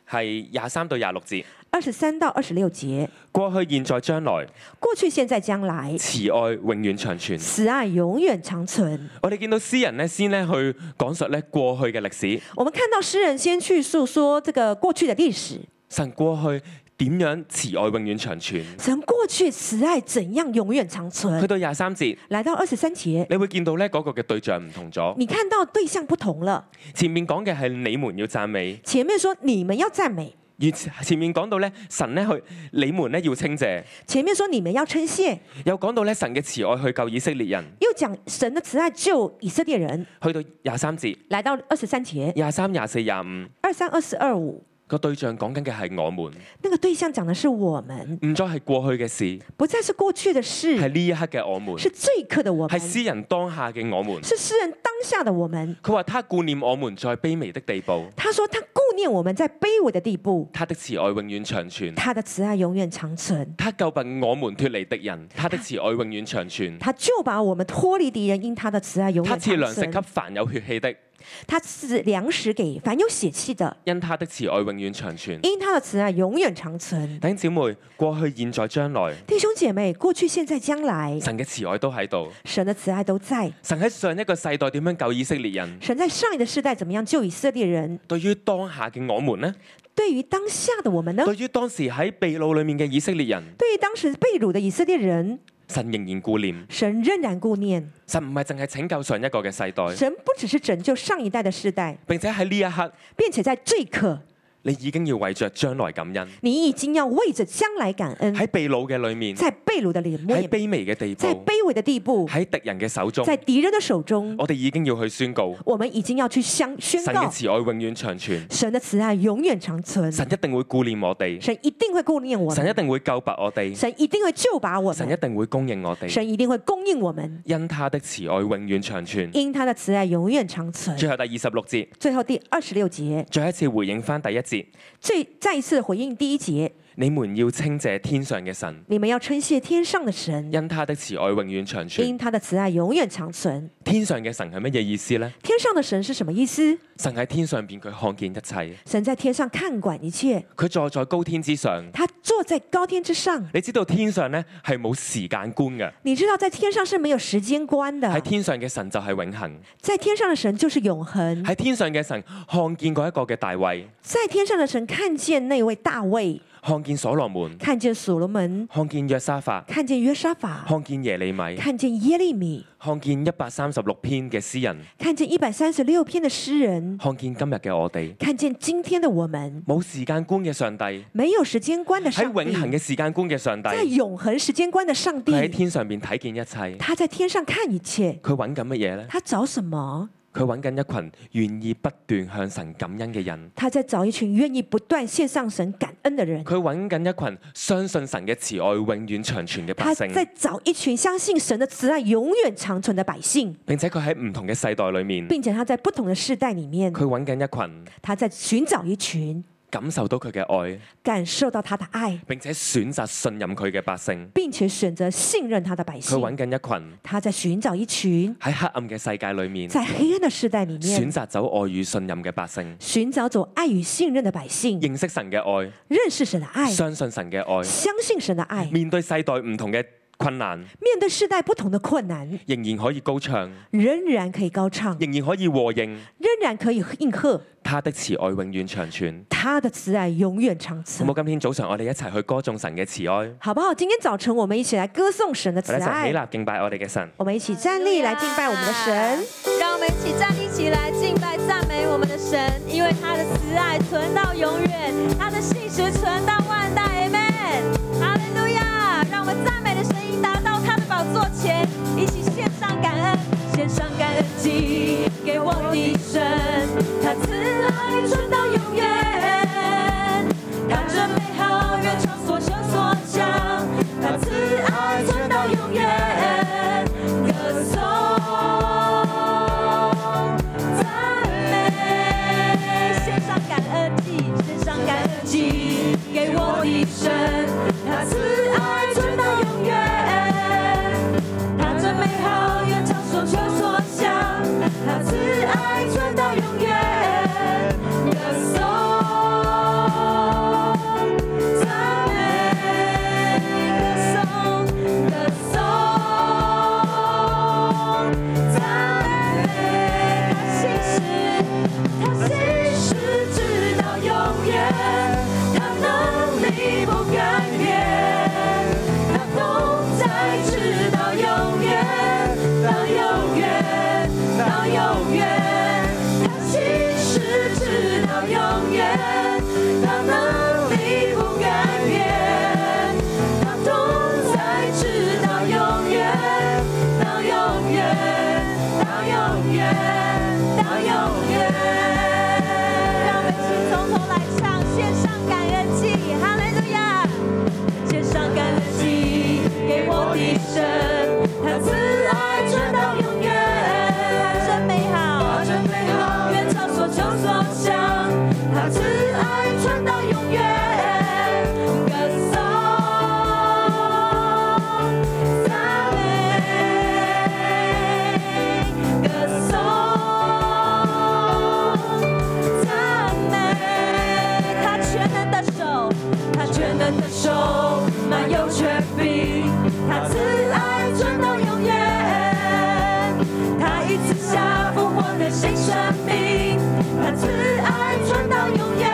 Speaker 1: 係廿三到廿六節，
Speaker 2: 二十三到二十六节，
Speaker 1: 過去、現在、將來，
Speaker 2: 過去、現在、將來，
Speaker 1: 慈愛永遠長存。
Speaker 2: 慈愛永遠長存。
Speaker 1: 我哋見到詩人咧，先咧去講述咧過去嘅歷史，
Speaker 2: 我們看到詩人先去訴說這個過去的歷史，
Speaker 1: 神過去點樣慈愛永遠長存。
Speaker 2: 神過去慈愛怎樣永遠長
Speaker 1: 去
Speaker 2: 存。
Speaker 1: 到廿三節，
Speaker 2: 來到二十三节，
Speaker 1: 你會見到咧嗰個嘅對象唔同咗。
Speaker 2: 你看到對象不同了。
Speaker 1: 前面講嘅係你們要讚美，
Speaker 2: 前面說你們要讚美，
Speaker 1: 而前面講到咧神咧去你們咧要稱謝，
Speaker 2: 前面說你們要稱謝，
Speaker 1: 又講到咧神嘅慈愛去救以色列人。
Speaker 2: 又講神的慈愛救以色列人。
Speaker 1: 去到廿三節、
Speaker 2: 來到二十三节，
Speaker 1: 廿三、廿四、廿五，
Speaker 2: 二三、二四、二五，
Speaker 1: 個對象講緊嘅係我們。
Speaker 2: 那個對象講的是我們，
Speaker 1: 唔再係過去嘅事，
Speaker 2: 不再是過去的
Speaker 1: 係
Speaker 2: 事，
Speaker 1: 呢一刻嘅我們，
Speaker 2: 是這一刻的我
Speaker 1: 係
Speaker 2: 們，
Speaker 1: 詩人當下嘅我 們。
Speaker 2: 是詩人當下的我們。
Speaker 1: 佢話：他顧念我們在卑微的地步，
Speaker 2: 他说他顾念我们在卑微的地步，
Speaker 1: 他的慈愛永遠長 存。
Speaker 2: 他的慈爱永远长存。
Speaker 1: 他救拔我們脱離敵 人，他的慈愛永遠長存。
Speaker 2: 他就把我们脱离敌人，因他的慈爱 永
Speaker 1: 他
Speaker 2: 远
Speaker 1: 賜
Speaker 2: 长
Speaker 1: 糧食給
Speaker 2: 存。
Speaker 1: 凡有血氣的，
Speaker 2: 他是粮食给凡有血气的，
Speaker 1: 因他的慈愛永遠長存。
Speaker 2: 因他的慈爱永远长存。
Speaker 1: 弟兄姊妹，過去、現在、將來，
Speaker 2: 弟兄姐妹，过去、现在、将来，
Speaker 1: 神嘅慈愛都喺度。
Speaker 2: 神的慈爱都在。
Speaker 1: 神喺上一個世代 點樣救以色列人？
Speaker 2: 神在上一个世代怎么样救以色列人？
Speaker 1: 對於當下嘅我們呢？
Speaker 2: 对于当下的我们呢？
Speaker 1: 對於當時喺秘魯裏面嘅以色列人，
Speaker 2: 对于当时被掳的以色列人，
Speaker 1: 神仍然顧念，
Speaker 2: 神仍然顾念，
Speaker 1: 神唔係淨係拯救上一個嘅世代，
Speaker 2: 神不只是拯救上一代的世代，
Speaker 1: 並且喺呢一刻，
Speaker 2: 并且在这一刻，
Speaker 1: 你已經要為着將來感恩。
Speaker 2: 你已经要为着将来感恩。
Speaker 1: 喺秘魯嘅裏面，
Speaker 2: 在被掳的里
Speaker 1: 喺
Speaker 2: 面，
Speaker 1: 卑微嘅地
Speaker 2: 在
Speaker 1: 步，
Speaker 2: 卑微的地步，
Speaker 1: 喺敵人嘅手中，
Speaker 2: 在敌人的手中，
Speaker 1: 我哋已經要去宣告，
Speaker 2: 我们已经要去相宣
Speaker 1: 神嘅
Speaker 2: 告，
Speaker 1: 慈愛永遠長存，
Speaker 2: 神的慈爱永远长存，
Speaker 1: 神一定會顧念我哋，
Speaker 2: 神一定会顾念我
Speaker 1: 神一
Speaker 2: 们，
Speaker 1: 定會救拔我哋，
Speaker 2: 神一定会救拔我
Speaker 1: 神一
Speaker 2: 们，
Speaker 1: 定會供應我哋，
Speaker 2: 神一定会供应我们，
Speaker 1: 因他的慈愛永遠長存。
Speaker 2: 因他的慈爱永远长存。
Speaker 1: 最後第二十六節，
Speaker 2: 最后第二十六节，
Speaker 1: 再一次回應翻第一節，
Speaker 2: 最再一次回应第一节，
Speaker 1: 你們要稱謝天上嘅神，
Speaker 2: 你们要称谢天上的神，
Speaker 1: 因他的慈愛永遠長存
Speaker 2: 因。他的慈爱永远长存。
Speaker 1: 天上嘅神係乜嘢意思呢？
Speaker 2: 天上的神是什么意思？
Speaker 1: 神喺天上邊，佢看見一切，
Speaker 2: 神在天上看管一切，
Speaker 1: 佢坐在高天之上。
Speaker 2: 他坐在高天之上。
Speaker 1: 你知道天上呢係冇時間觀嘅，
Speaker 2: 你知道，在天上是没有时间观
Speaker 1: 喺
Speaker 2: 的，
Speaker 1: 天上嘅神就係永恆。
Speaker 2: 在天上的神就是永恒，
Speaker 1: 喺天上嘅神看見嗰一個嘅大衛，
Speaker 2: 在天上的神看見那位大卫，
Speaker 1: 看見所羅門，
Speaker 2: 看見所罗门，
Speaker 1: 看見約沙法，
Speaker 2: 看見约沙法，
Speaker 1: 看見耶利米，
Speaker 2: 看見耶利米，
Speaker 1: 看見一百三十六篇嘅詩人，
Speaker 2: 看見一百三十六篇的诗人，
Speaker 1: 看見今日嘅我哋。
Speaker 2: 看見今天的我们，
Speaker 1: 冇時間觀嘅上帝，
Speaker 2: 没有时间观的
Speaker 1: 喺
Speaker 2: 上
Speaker 1: 永恆
Speaker 2: 帝，
Speaker 1: 嘅時間觀嘅上帝，
Speaker 2: 在
Speaker 1: 佢
Speaker 2: 永恒时间观的上
Speaker 1: 喺
Speaker 2: 帝，
Speaker 1: 天上邊睇見一切。
Speaker 2: 他在天上看一切，
Speaker 1: 佢揾緊乜嘢呢？
Speaker 2: 他找什么？
Speaker 1: 佢揾緊一群願意不斷向神感恩嘅人。
Speaker 2: 他在找一群愿意不断献上神感恩的人，
Speaker 1: 佢揾緊一群相信神嘅慈愛永遠長存嘅百
Speaker 2: 他
Speaker 1: 姓，
Speaker 2: 在找一群相信神的慈爱永远长存的百姓。
Speaker 1: 並且佢喺唔同嘅世代裏面，
Speaker 2: 并且他在不同的世代里面，
Speaker 1: 佢揾緊一群
Speaker 2: 他在寻找一群
Speaker 1: 感受到佢嘅愛，
Speaker 2: 感受到他的爱，
Speaker 1: 並且選擇信任佢嘅百姓。
Speaker 2: 并且选择信任他的百
Speaker 1: 佢
Speaker 2: 姓。
Speaker 1: 揾緊一群
Speaker 2: 他在寻找一群
Speaker 1: 喺黑暗嘅世界裏面
Speaker 2: 在黑暗的世代里
Speaker 1: 選
Speaker 2: 面
Speaker 1: 擇走愛與信任嘅百姓，
Speaker 2: 寻找走爱与信任的百姓，
Speaker 1: 認識神嘅愛，
Speaker 2: 认识神的爱，
Speaker 1: 相信神嘅愛，
Speaker 2: 相信神的爱，
Speaker 1: 面對世代唔同嘅困難，
Speaker 2: 面对世代不同的困难，
Speaker 1: 仍然可以高唱，
Speaker 2: 仍然可以高唱，
Speaker 1: 仍然可以和應。
Speaker 2: 仍然可以应和。
Speaker 1: 他的慈愛永遠長存。
Speaker 2: 他的慈爱永远长
Speaker 1: 好
Speaker 2: 存，
Speaker 1: 冇？今天早上我哋一齊去歌頌神嘅慈愛，
Speaker 2: 好不好？今天早晨我们一起来歌颂神的慈
Speaker 1: 我哋一齊
Speaker 2: 爱
Speaker 1: 起，立敬拜我哋嘅神。
Speaker 2: 我们一起站立来敬拜我们的神。
Speaker 3: 让我们一起站立起来，敬拜赞美我们的神，因为他的慈爱存到永远，他的信实存到万代，Amen。哈利路亚！让我们赞美的声音达到他的宝座前，一起献上感恩，献上感恩祭给我的神，他慈爱存到永远，他这美好远超所求所想，他慈爱存到永远，歌颂。赞美，献上感恩祭，献上感恩祭，给我的神，他慈爱存到永远，他真美好远超所求所想，他慈爱存到永远，歌颂，赞美，歌颂，歌颂。赞美，他心事，他心事直到永远，他能力不改变，他同在直到永远，到永远，到永远，他心事直到永远，他能力不改变，他同在直到永远。到永远，到永远，到永远。让我们一起从头来唱，献上感恩祭，哈利路亚！献上感恩祭给我的神，他慈爱存到永远，他真美好，他真美好，远超所求所想，他慈爱存到永远，歌颂。赞美，歌颂，赞美，他全能的手，他全能的手满有权柄，他慈爱存到永远，他一次下复活人新生命，他慈爱存到永远。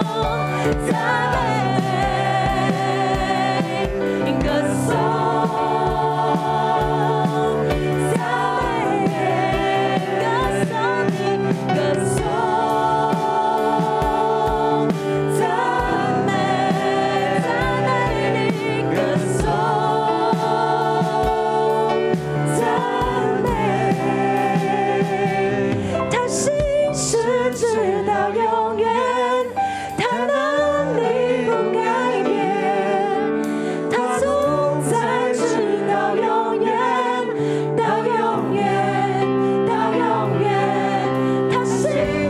Speaker 3: 赞美，歌颂，赞美，歌颂你，歌颂，赞美，赞美你，歌颂，赞美。他心事直到永远，他能力不改变，他总在直到永远，到永远，到永远。他心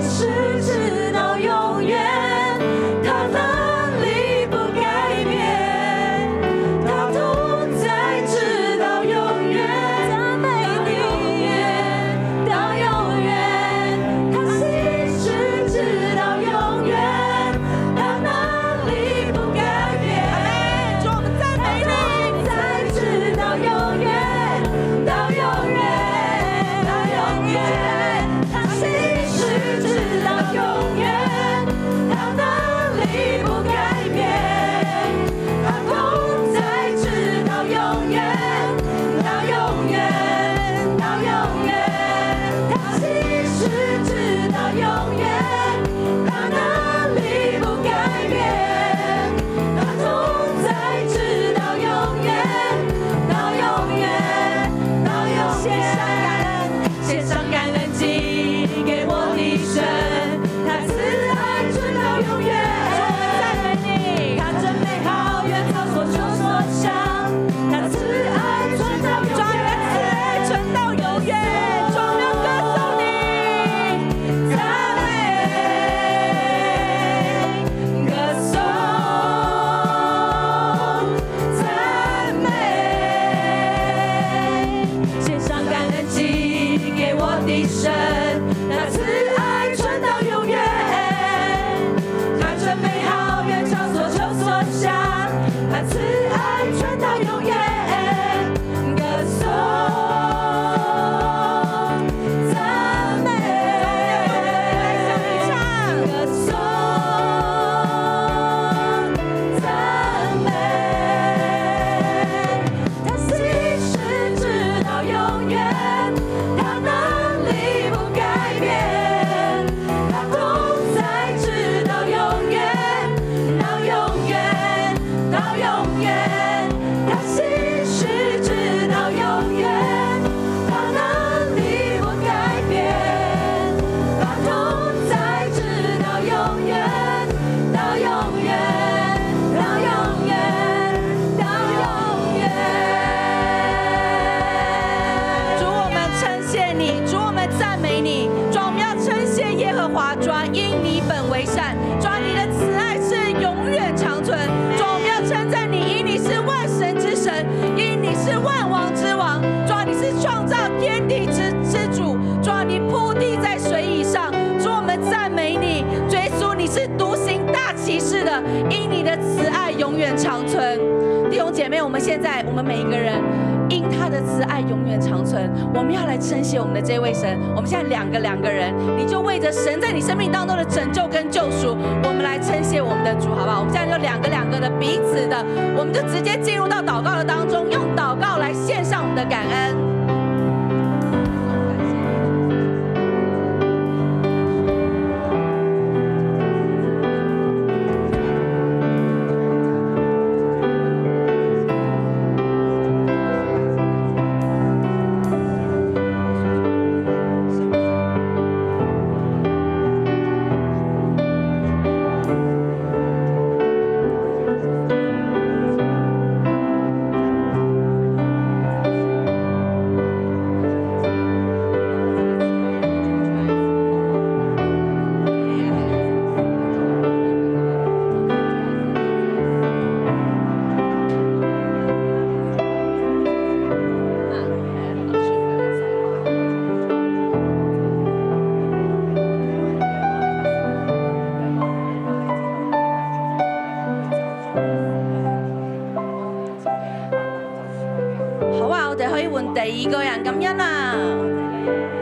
Speaker 3: 事直到永远，他能力不改变，他同在直到永远，赞美你，到永远，他心事直到永远，他能力不改变，他同在直到永远，到永远，到永远，他心事直到永远，他能力不改变。他同在，直到永远，到永远，到永远。他心事直到永远，他能力不改变。他同在，直到永远，到永远，到永远。献上感恩祭给我的神，他慈爱直到永远。他真美好，远超所求所想。他慈爱存到永远，慈爱存到永远。众人歌颂你，赞美，歌颂，赞美。献上感恩祭给我的神，那慈爱传到永远，他真美好，远超所求所想，他慈爱传到永远，歌颂赞美，歌颂赞美。他心事直到永远，他能力不改变，他同在直到永远，到永远，到永远。他心事直到永远，他能力不改变，他同在直到永远，到永远，到永远。到永远。
Speaker 4: 主，我们称谢你，主，我们赞美你，主，我们要称谢耶和华，主啊，因你本为善，主啊，你的慈爱是永远长存，主啊，我们要称赞你，因你是万神之神，因你是万王之王，主啊，你是创造天地之之主，主啊，你铺地在水以上，主，我们赞美你，主耶稣，你是独行大骑士的，因你的慈爱永远长存。弟兄姐妹，我们现在，我们每一个人。因他的慈爱永远长存。我们要来称谢我们的这位神。我们现在两个两个人，你就为着神在你生命当中的拯救跟救赎，我们来称谢我们的主，好不好？我们现在就两个两个的彼此的，我们就直接进入到祷告的当中，用祷告来献上我们的感恩。好啊，我哋可以換第二個人感恩啦。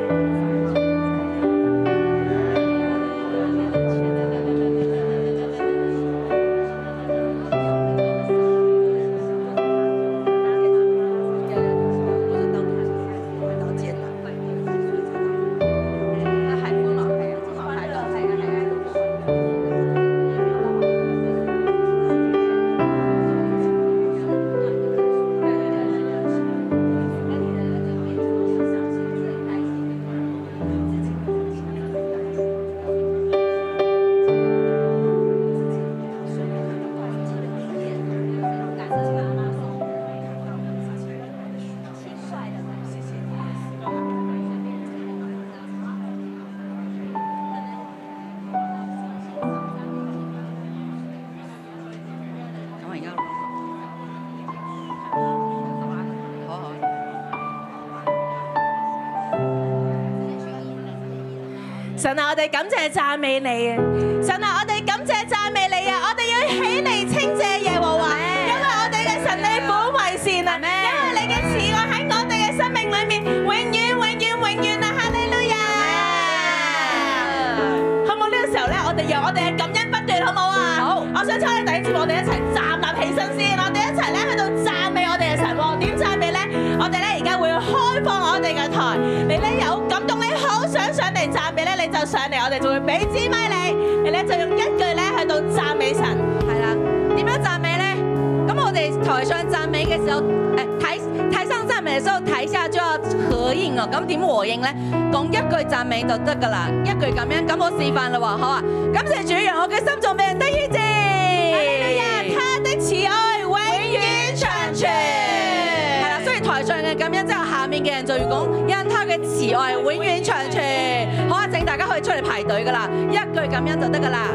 Speaker 4: 神啊，我哋感謝讚美你啊！神啊，我哋感謝讚美你啊！我哋要起嚟稱謝耶和華，因為我哋嘅神你本為善啊！因為你嘅慈愛喺我哋嘅生命裏面，永遠、永遠、永遠啊！哈利路亞！好唔好？呢個時候咧，我哋由我哋嘅感恩不斷，好唔好啊？好！我想請我哋弟兄姊妹，我哋一齊站立起身先，我哋一齊咧喺度讚美我哋嘅神喎。點讚美咧？我哋咧而家會開放我哋嘅台，你咧有感動，你好想上嚟讚美咧，你就上嚟，我哋就會俾支咪你，你咧就用一句咧喺度讚美神。係啦，點樣讚美咧？咁我哋台上讚美嘅時候，誒、台台上讚美嘅時候，台下就要合應哦。咁點和應咧？講一句讚美就得噶啦，一句咁樣。咁我示範啦喎，好啊！感謝主，讓我嘅心臟被人得醫治。他的慈愛永遠長存。係啦，所以台上嘅感恩之後，下面嘅人就要講，因他嘅慈愛永遠長存。好啊，請大家可以出嚟排隊噶啦，一句感恩就得噶啦。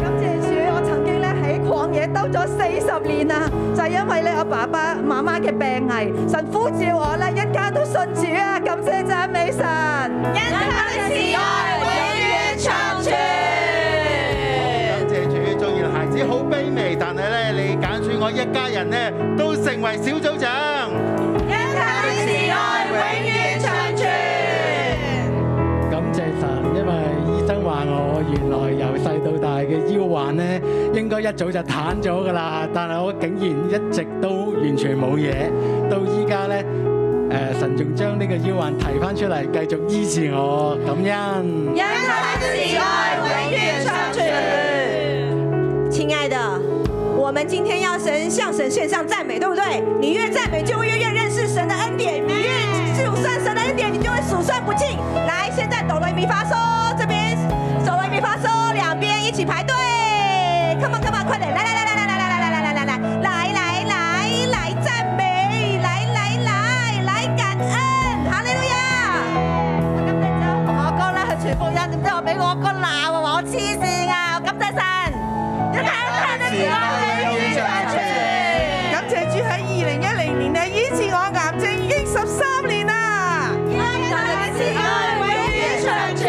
Speaker 5: 感謝主，我曾經咧喺曠野兜咗四十年啊，就係因為咧我爸爸媽媽嘅病危，神呼召我咧一家都信主啊！感謝讚美神，
Speaker 4: 因他的慈愛永遠長存。
Speaker 6: 感謝主，縱然孩子好卑微，但係咧你揀選我一家人咧都成為小組長。
Speaker 4: 因他的慈愛永遠長存。
Speaker 7: 感謝神，因為醫生話我原來由細到大嘅腰患呢，應該一早就攤咗噶啦，但係我竟然一直都完全冇嘢，到依家呢，誒神仲將呢個腰患提翻出嚟，繼續醫治我，感恩。
Speaker 4: 因他的慈愛永遠長存。
Speaker 2: 亲爱的，我们今天要神向神献上赞美，对不对？你越赞美，就会越越认识神的恩典，你越数算神的恩典，你就会数算不尽。来，现在哆来咪发嗦，这边哆来咪发嗦，两边一起排队，come on come on，快点，来来来来来来来来来来来来来来来来赞美，来来来来感恩，哈利路亚！
Speaker 5: 今日就同我哥咧去傳福音，點知我俾我哥鬧啊，話我黐線啊！我感謝神，一家人嘅慈愛永遠長存。感謝主喺二零一零年咧醫治我癌症已經十三年啦。
Speaker 4: 因他的慈愛永遠長存。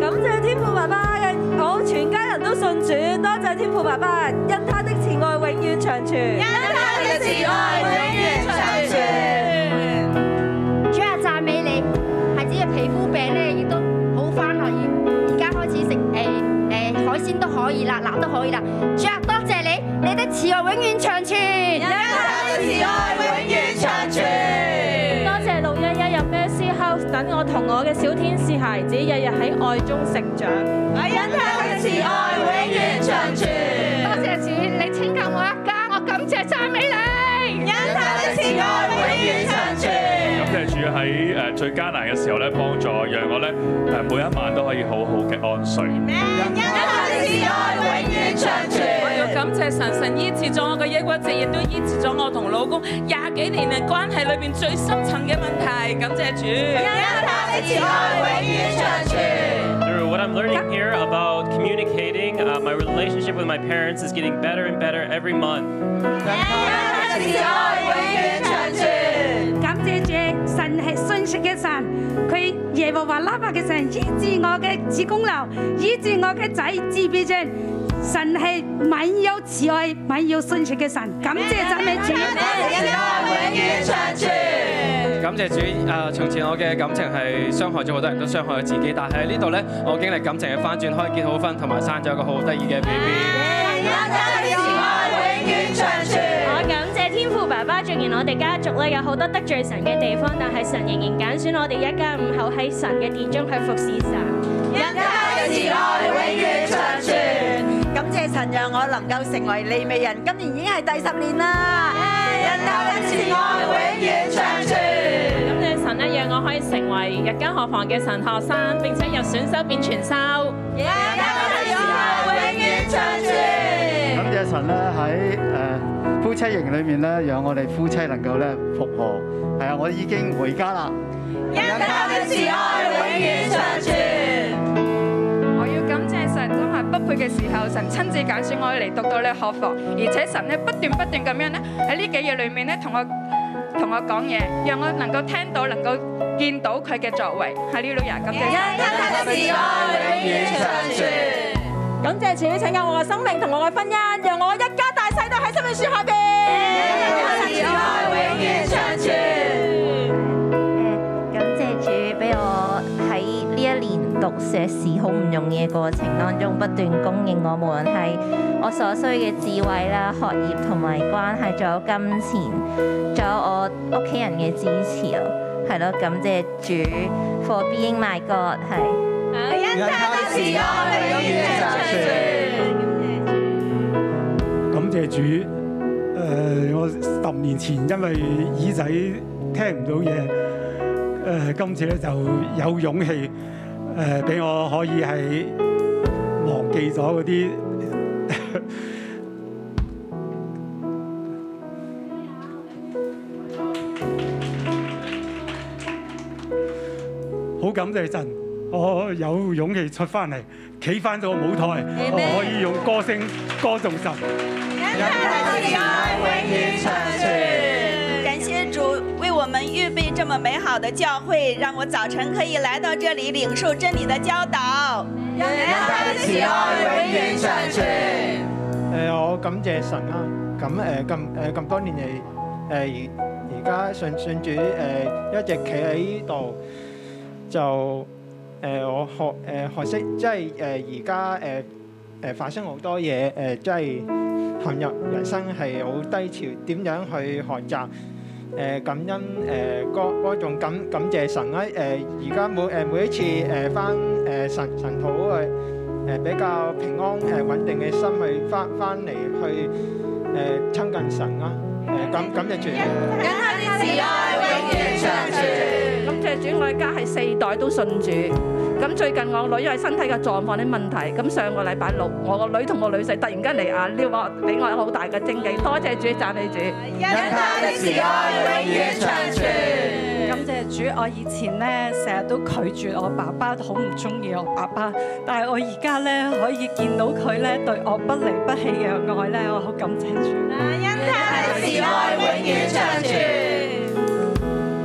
Speaker 2: 感謝天父爸爸嘅，我全家人都信主，多謝天父爸爸，因他的慈愛永遠長存。
Speaker 4: 因他的慈愛永遠長存。
Speaker 8: 主啊，讚美你，孩子嘅皮膚病咧亦都好翻啦，而而家開始食誒誒海鮮都可以啦，辣都可以啦。主啊，多謝你，你的慈愛永遠長存。
Speaker 3: 多謝六一一入 Mercy House，等我同我嘅小天使孩子日日喺愛中成長。
Speaker 8: 多謝主，你拯救我一家，我感謝讚美你。
Speaker 9: 感謝主喺誒最艱難嘅時候咧，幫助我讓我咧誒每一晚都可以好好嘅安睡。
Speaker 3: 我要感謝神，神醫治咗我嘅抑鬱症，亦都醫治咗我同老公廿幾年嘅關係裏邊最深層嘅問題。感謝主。
Speaker 10: Through what I'm learning here about communicating, uh, my relationship with my parents is getting better and better every month.
Speaker 11: 感謝主，神係信實嘅神，佢耶和華拉伯嘅神醫治我嘅子宮瘤，醫治我嘅仔自閉症。神係滿有慈愛、滿有信實嘅神，感謝讚美主。
Speaker 10: 感謝主，誒、從前我嘅感情係傷害咗好多人，都傷害咗自己，但係喺呢度呢，我經歷感情嘅翻轉，可以結好婚，同埋生咗一個好得意嘅 B B。
Speaker 3: 我感謝天父爸爸，縱然我哋家族咧有好多得罪神嘅地方，但係神仍然揀選我哋一家五口喺神嘅殿中去服侍神。
Speaker 5: 感謝神讓我能夠成為利未人，今年已經係第十年啦。人間慈愛永遠長存。
Speaker 3: 感謝神咧，讓我可以成為日間學房嘅神學生，並且由選修變全修。
Speaker 6: 感謝神咧喺誒呃夫妻營裏面咧，讓我哋夫妻能夠咧復和。係啊，我已經回家啦。
Speaker 11: 我要感謝神，當下不配嘅時候，神親自揀選我嚟讀到呢個學房，而且神咧不斷不斷咁樣咧喺呢幾日裏面咧同我
Speaker 12: 同我講嘢，讓我能夠聽到，能夠見到佢嘅作為。哈利路亞，感謝神。
Speaker 13: 感謝主拯救我嘅生命同我嘅婚姻，讓我一家大細都喺生命樹下邊。
Speaker 14: 感謝主俾我喺呢一年讀碩士好唔容易嘅過程當中，不斷供應我，無論係我所需嘅智慧啦、學業同埋關係，仲有金錢，仲有我屋企人嘅支持咯，係咯，感謝主 for being my God，係。
Speaker 15: 感謝主。誒、我十年前因為耳仔聽唔到嘢，誒、今次咧就有勇氣誒，俾、我可以係忘記咗嗰啲 好感謝神，我有勇氣出翻嚟，企翻到個舞台，我可以用歌聲歌頌神。
Speaker 16: 感谢主为我们预备这么美好的教会，让我早晨可以来到这里领受真理的教导。让他的喜爱永远传去。
Speaker 7: 誒、我感謝神啦。咁誒咁誒咁多年嚟，誒而而家信信主誒、一直企喺呢度，就誒、我學誒、學識，即係誒而家誒誒發生好多嘢誒、即係陷入人生係好低潮，點樣去學習？誒、感恩誒、歌歌頌感感謝神啦！誒而家每誒、每一次誒翻誒神神土去誒比較平安誒穩定嘅心去翻翻嚟去誒親近神啦！誒感感謝主。
Speaker 11: 感謝主，我一家係四代都信主。咁最近我女因為身體嘅狀況啲問題，咁上個禮拜六，我個女同我女婿突然間嚟啊撩我，俾我好大嘅精喜，多謝主，讚美主。
Speaker 17: 感謝主，我以前咧成日都拒絕我爸爸，好唔中意我爸爸，但係我而家咧可以見到佢咧對我不離不棄嘅愛咧，我好感謝主。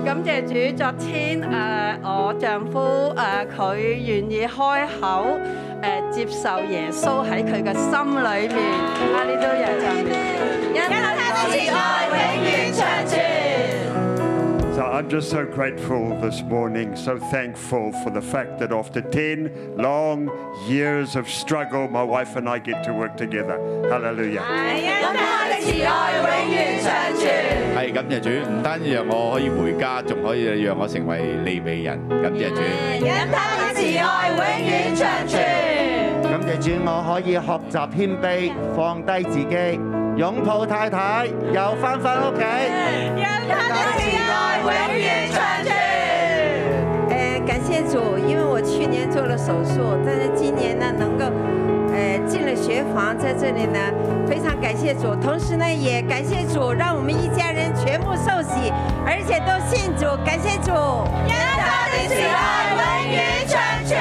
Speaker 11: 感謝主，昨天誒、呃我丈夫誒佢、願意開口誒、呃接受耶穌喺佢嘅心裏面，啊呢都有讚美。
Speaker 18: So I'm just so grateful this morning, so thankful for the fact that after 10 long years of struggle, my wife and I get to work together. Hallelujah.
Speaker 19: 係感謝主，唔單止讓我可以回家，仲可以讓我成為利美人。感謝主。
Speaker 20: 感謝主，我可以學習謙卑，放低自己，擁抱太太，又翻返屋企。
Speaker 21: 呃，感谢主，因为我去年做了手术，但是今年呢，能够呃进了学房，在这里呢，非常感谢主。同时呢，也感谢主，让我们一家人全部受洗，而且都信主，感谢主。让他的喜爱
Speaker 3: 永远传去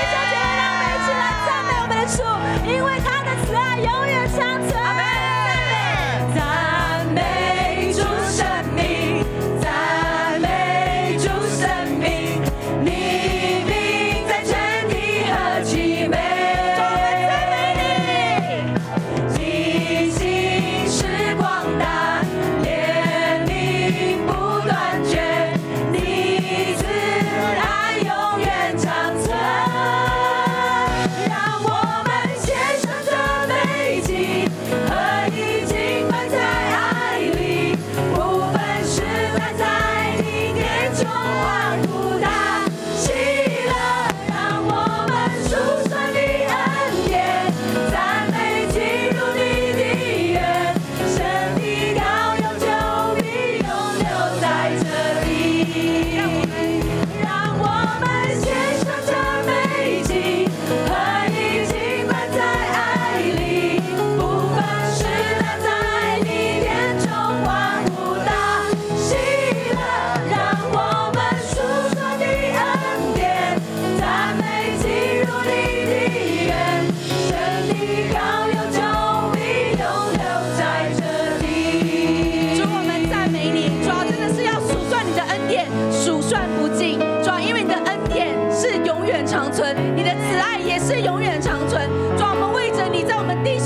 Speaker 21: 弟兄姐妹，让我们一起来赞美我们的主，因为他的慈爱永远长存。
Speaker 3: 赞美主生命，赞美主生命，你名在天地何其美！你心是广大，怜悯不断绝，你慈爱永远长存。让我们献上赞美祭。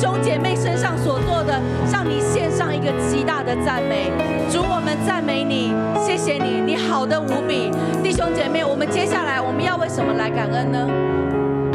Speaker 4: 兄姐妹身上所做的，向你献上一个极大的赞美。主，我们赞美你，谢谢你，你好的无比。弟兄姐妹，我们接下来我们要为什么来感恩呢？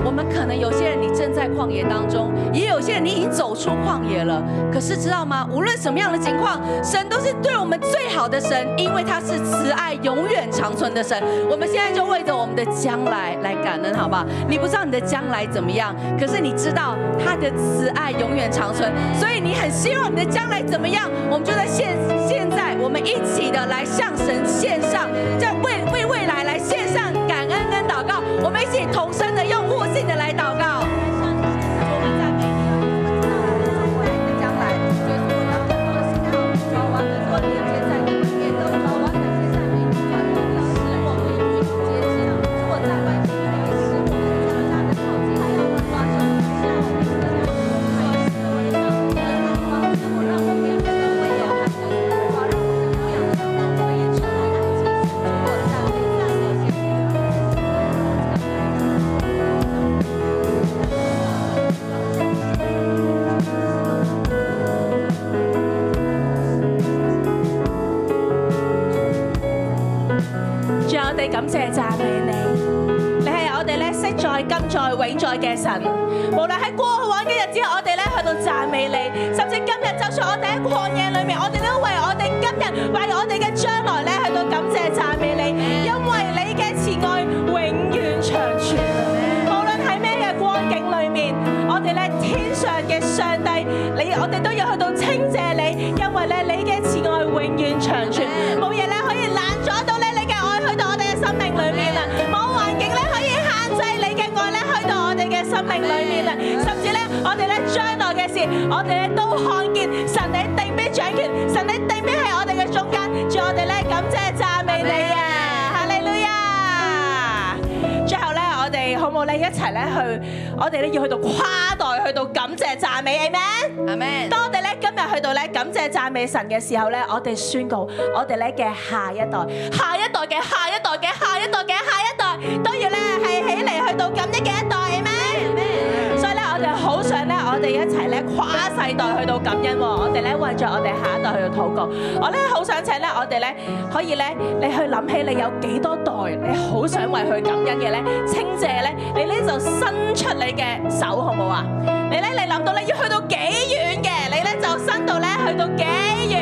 Speaker 4: 我们可能有些人你正在旷野当中，也有些人你已经走出旷野了。可是知道吗？无论什么样的情况，神都是对我们最好的神，因为他是慈爱永远长存的神。我们现在就为着我们的将来来感恩，好不好？你不知道你的将来怎么样，可是你知道他的慈爱永远长存，所以你很希望你的将来怎么样？我们就在现现在，我们一起的来向神献上，在为为未来来献上感恩跟祷告。我们一起同声的用悟性的来祷告。
Speaker 3: 主，我哋感謝讚美你，你係我哋咧昔在、今在、永在嘅神。無論喺過往嘅日子，我哋咧去到讚美你，甚至今日就算我哋喺曠野裏面，我哋都為我哋今日、為我哋嘅將來咧去到感謝讚美你，因為你嘅慈愛永遠長存。無論喺咩嘅光景裏面，我哋咧天上嘅上帝，你我哋都要去到稱謝你，因為咧你嘅慈愛永遠長存，冇嘢咧可以攔阻到咧你嘅愛去到我哋嘅生命裏面啊！冇環境咧可以限制你嘅愛咧去到我哋嘅生命裏面啊！甚至咧我哋咧將來嘅事，我哋咧都看見神你定必掌權，神你定必喺我哋嘅中間，祝我哋咧感謝讚美你啊！哈利路亞！最後咧，我哋好唔好咧一齊咧去，我哋咧要去到跨代，去到感謝讚美，amen。amen。當我哋咧今日去到咧感謝讚美神嘅時候咧，我哋宣告我哋咧嘅下一代、下一代嘅下一代嘅下一代嘅下一代都要咧係起嚟去到感恩嘅一代，amen。所以咧，我哋好想咧，我哋一齊咧跨世代去到感恩喎，我哋咧為咗我哋下一代去到禱告。我咧好想請咧，我哋咧可以咧，你去諗起你有幾多代，你好想為佢感恩嘅咧，稱謝咧，你咧就伸出你嘅手，好唔好啊？你咧，你諗到咧要去到幾遠嘅，你咧就伸到咧去到幾遠？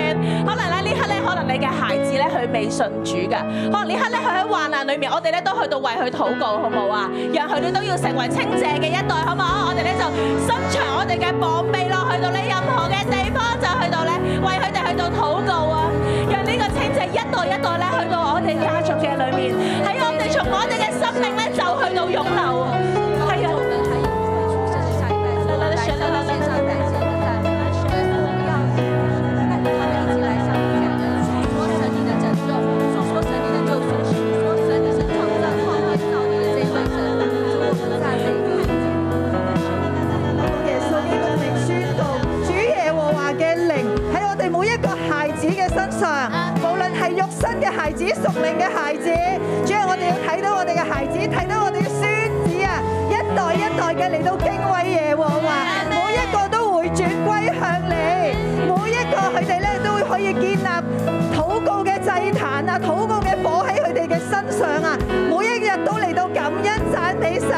Speaker 3: 可能咧呢刻咧，可能你嘅孩子咧佢未信主嘅，可能呢刻咧佢喺患難裏面，我哋咧都去到為佢禱告，好唔好啊？讓佢哋都要成為稱謝嘅一代，好唔好？我哋咧就伸長我哋嘅膀臂咯，去到你任何嘅地方就去到咧，為佢哋去到禱告啊！讓呢個稱謝一代一代咧去到我哋家族嘅裏面，喺我哋從我哋嘅生命咧就去到湧流啊！係啊！
Speaker 22: 耶穌基督名宣告，主耶和華嘅靈喺我哋每一個孩子嘅身上，無論係肉身嘅孩子、屬靈嘅孩子，主啊，我哋要睇到我哋嘅孩子，睇到我哋嘅孫子啊，一代一代嘅嚟到敬畏耶和華，每一個都回轉歸向你，每一個佢哋咧都可以建立禱告嘅祭壇啊，禱告嘅火喺佢哋嘅身上啊，每一日都嚟到感恩讚美神，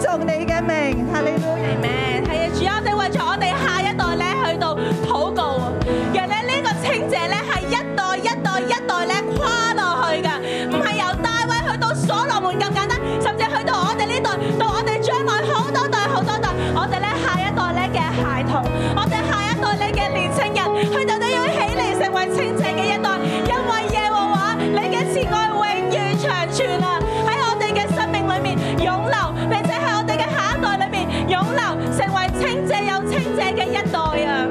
Speaker 22: 稱頌你嘅名，哈利路亞。
Speaker 3: 係啊，主啊，我哋為咗我哋下一代咧去到禱告啊，讓咧呢個清謝咧係一代一代一代咧跨落去噶，唔係由大衛去到所羅門咁簡單，甚至去到我哋呢代，到我哋將來好多代好多代，我哋咧下一代咧嘅孩童，我哋下一代咧嘅年青人，佢哋都要起嚟成為清謝嘅一代，因為耶和華你嘅慈愛永遠長存啊！喺我哋嘅生命裏面湧流，並且喺我哋嘅下一代裏面湧流，成為清謝有清謝嘅一代啊！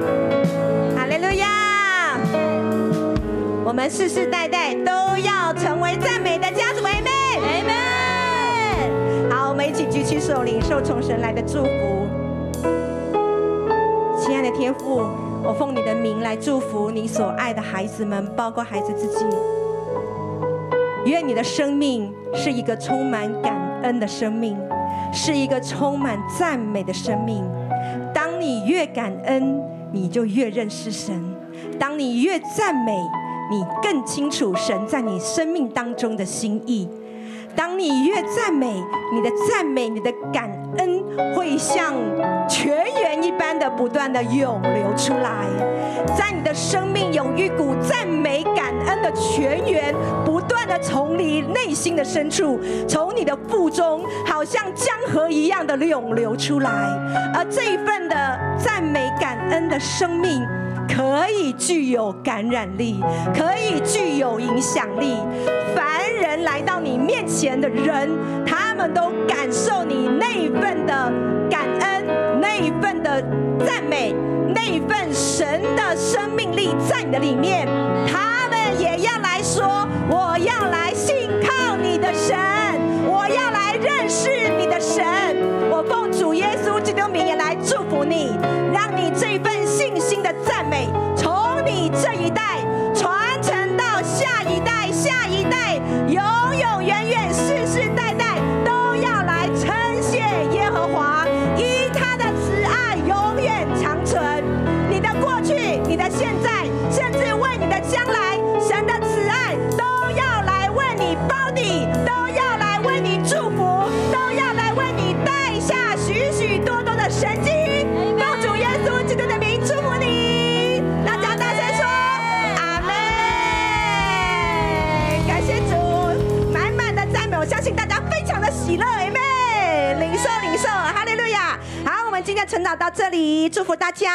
Speaker 2: 哈利路亚！我们世世代代都要成为赞美的家族，妹妹，妹妹。好，我们一起举起手，领受从神来的祝福。亲爱的天父，我奉你的名来祝福你所爱的孩子们，包括孩子自己。愿你的生命是一个充满感恩的生命，是一个充满赞美的生命。当你越感恩，你就越认识神；当你越赞美，你更清楚神在你生命当中的心意。当你越赞美，你的赞美、你的感恩会像泉源一般的不断的涌流出来，在你的生命有一股赞美、感恩的泉源不断的从你内心的深处，从你的腹中，好像江河一样的涌流出来。而这一份的赞美、感恩的生命。可以具有感染力，可以具有影响力。凡人来到你面前的人，他们都感受你那一份的感恩，那一份的赞美，那一份神的生命力在你的里面。他们也要来说：“我要来信靠你的神，我要来认识你的神。”我奉主耶稣基督名也来祝福你，让你这份信心的赞美，从你这一代传承到下一代、下一代，永永远远、世世代代都要来称谢耶和华，因他的慈爱永远长存。你的过去、你的现在，甚至为你的将来，神的慈爱都要来为你包你，都要来为你祝福，都要来为你带下许许多多的神迹。奉主耶稣基督的名祝福你，大家大声说阿门。感谢主，满满的赞美，我相信大家非常的喜乐，阿妹，领受领受，哈利路亚。好，我们今天晨祷到这里，祝福大家。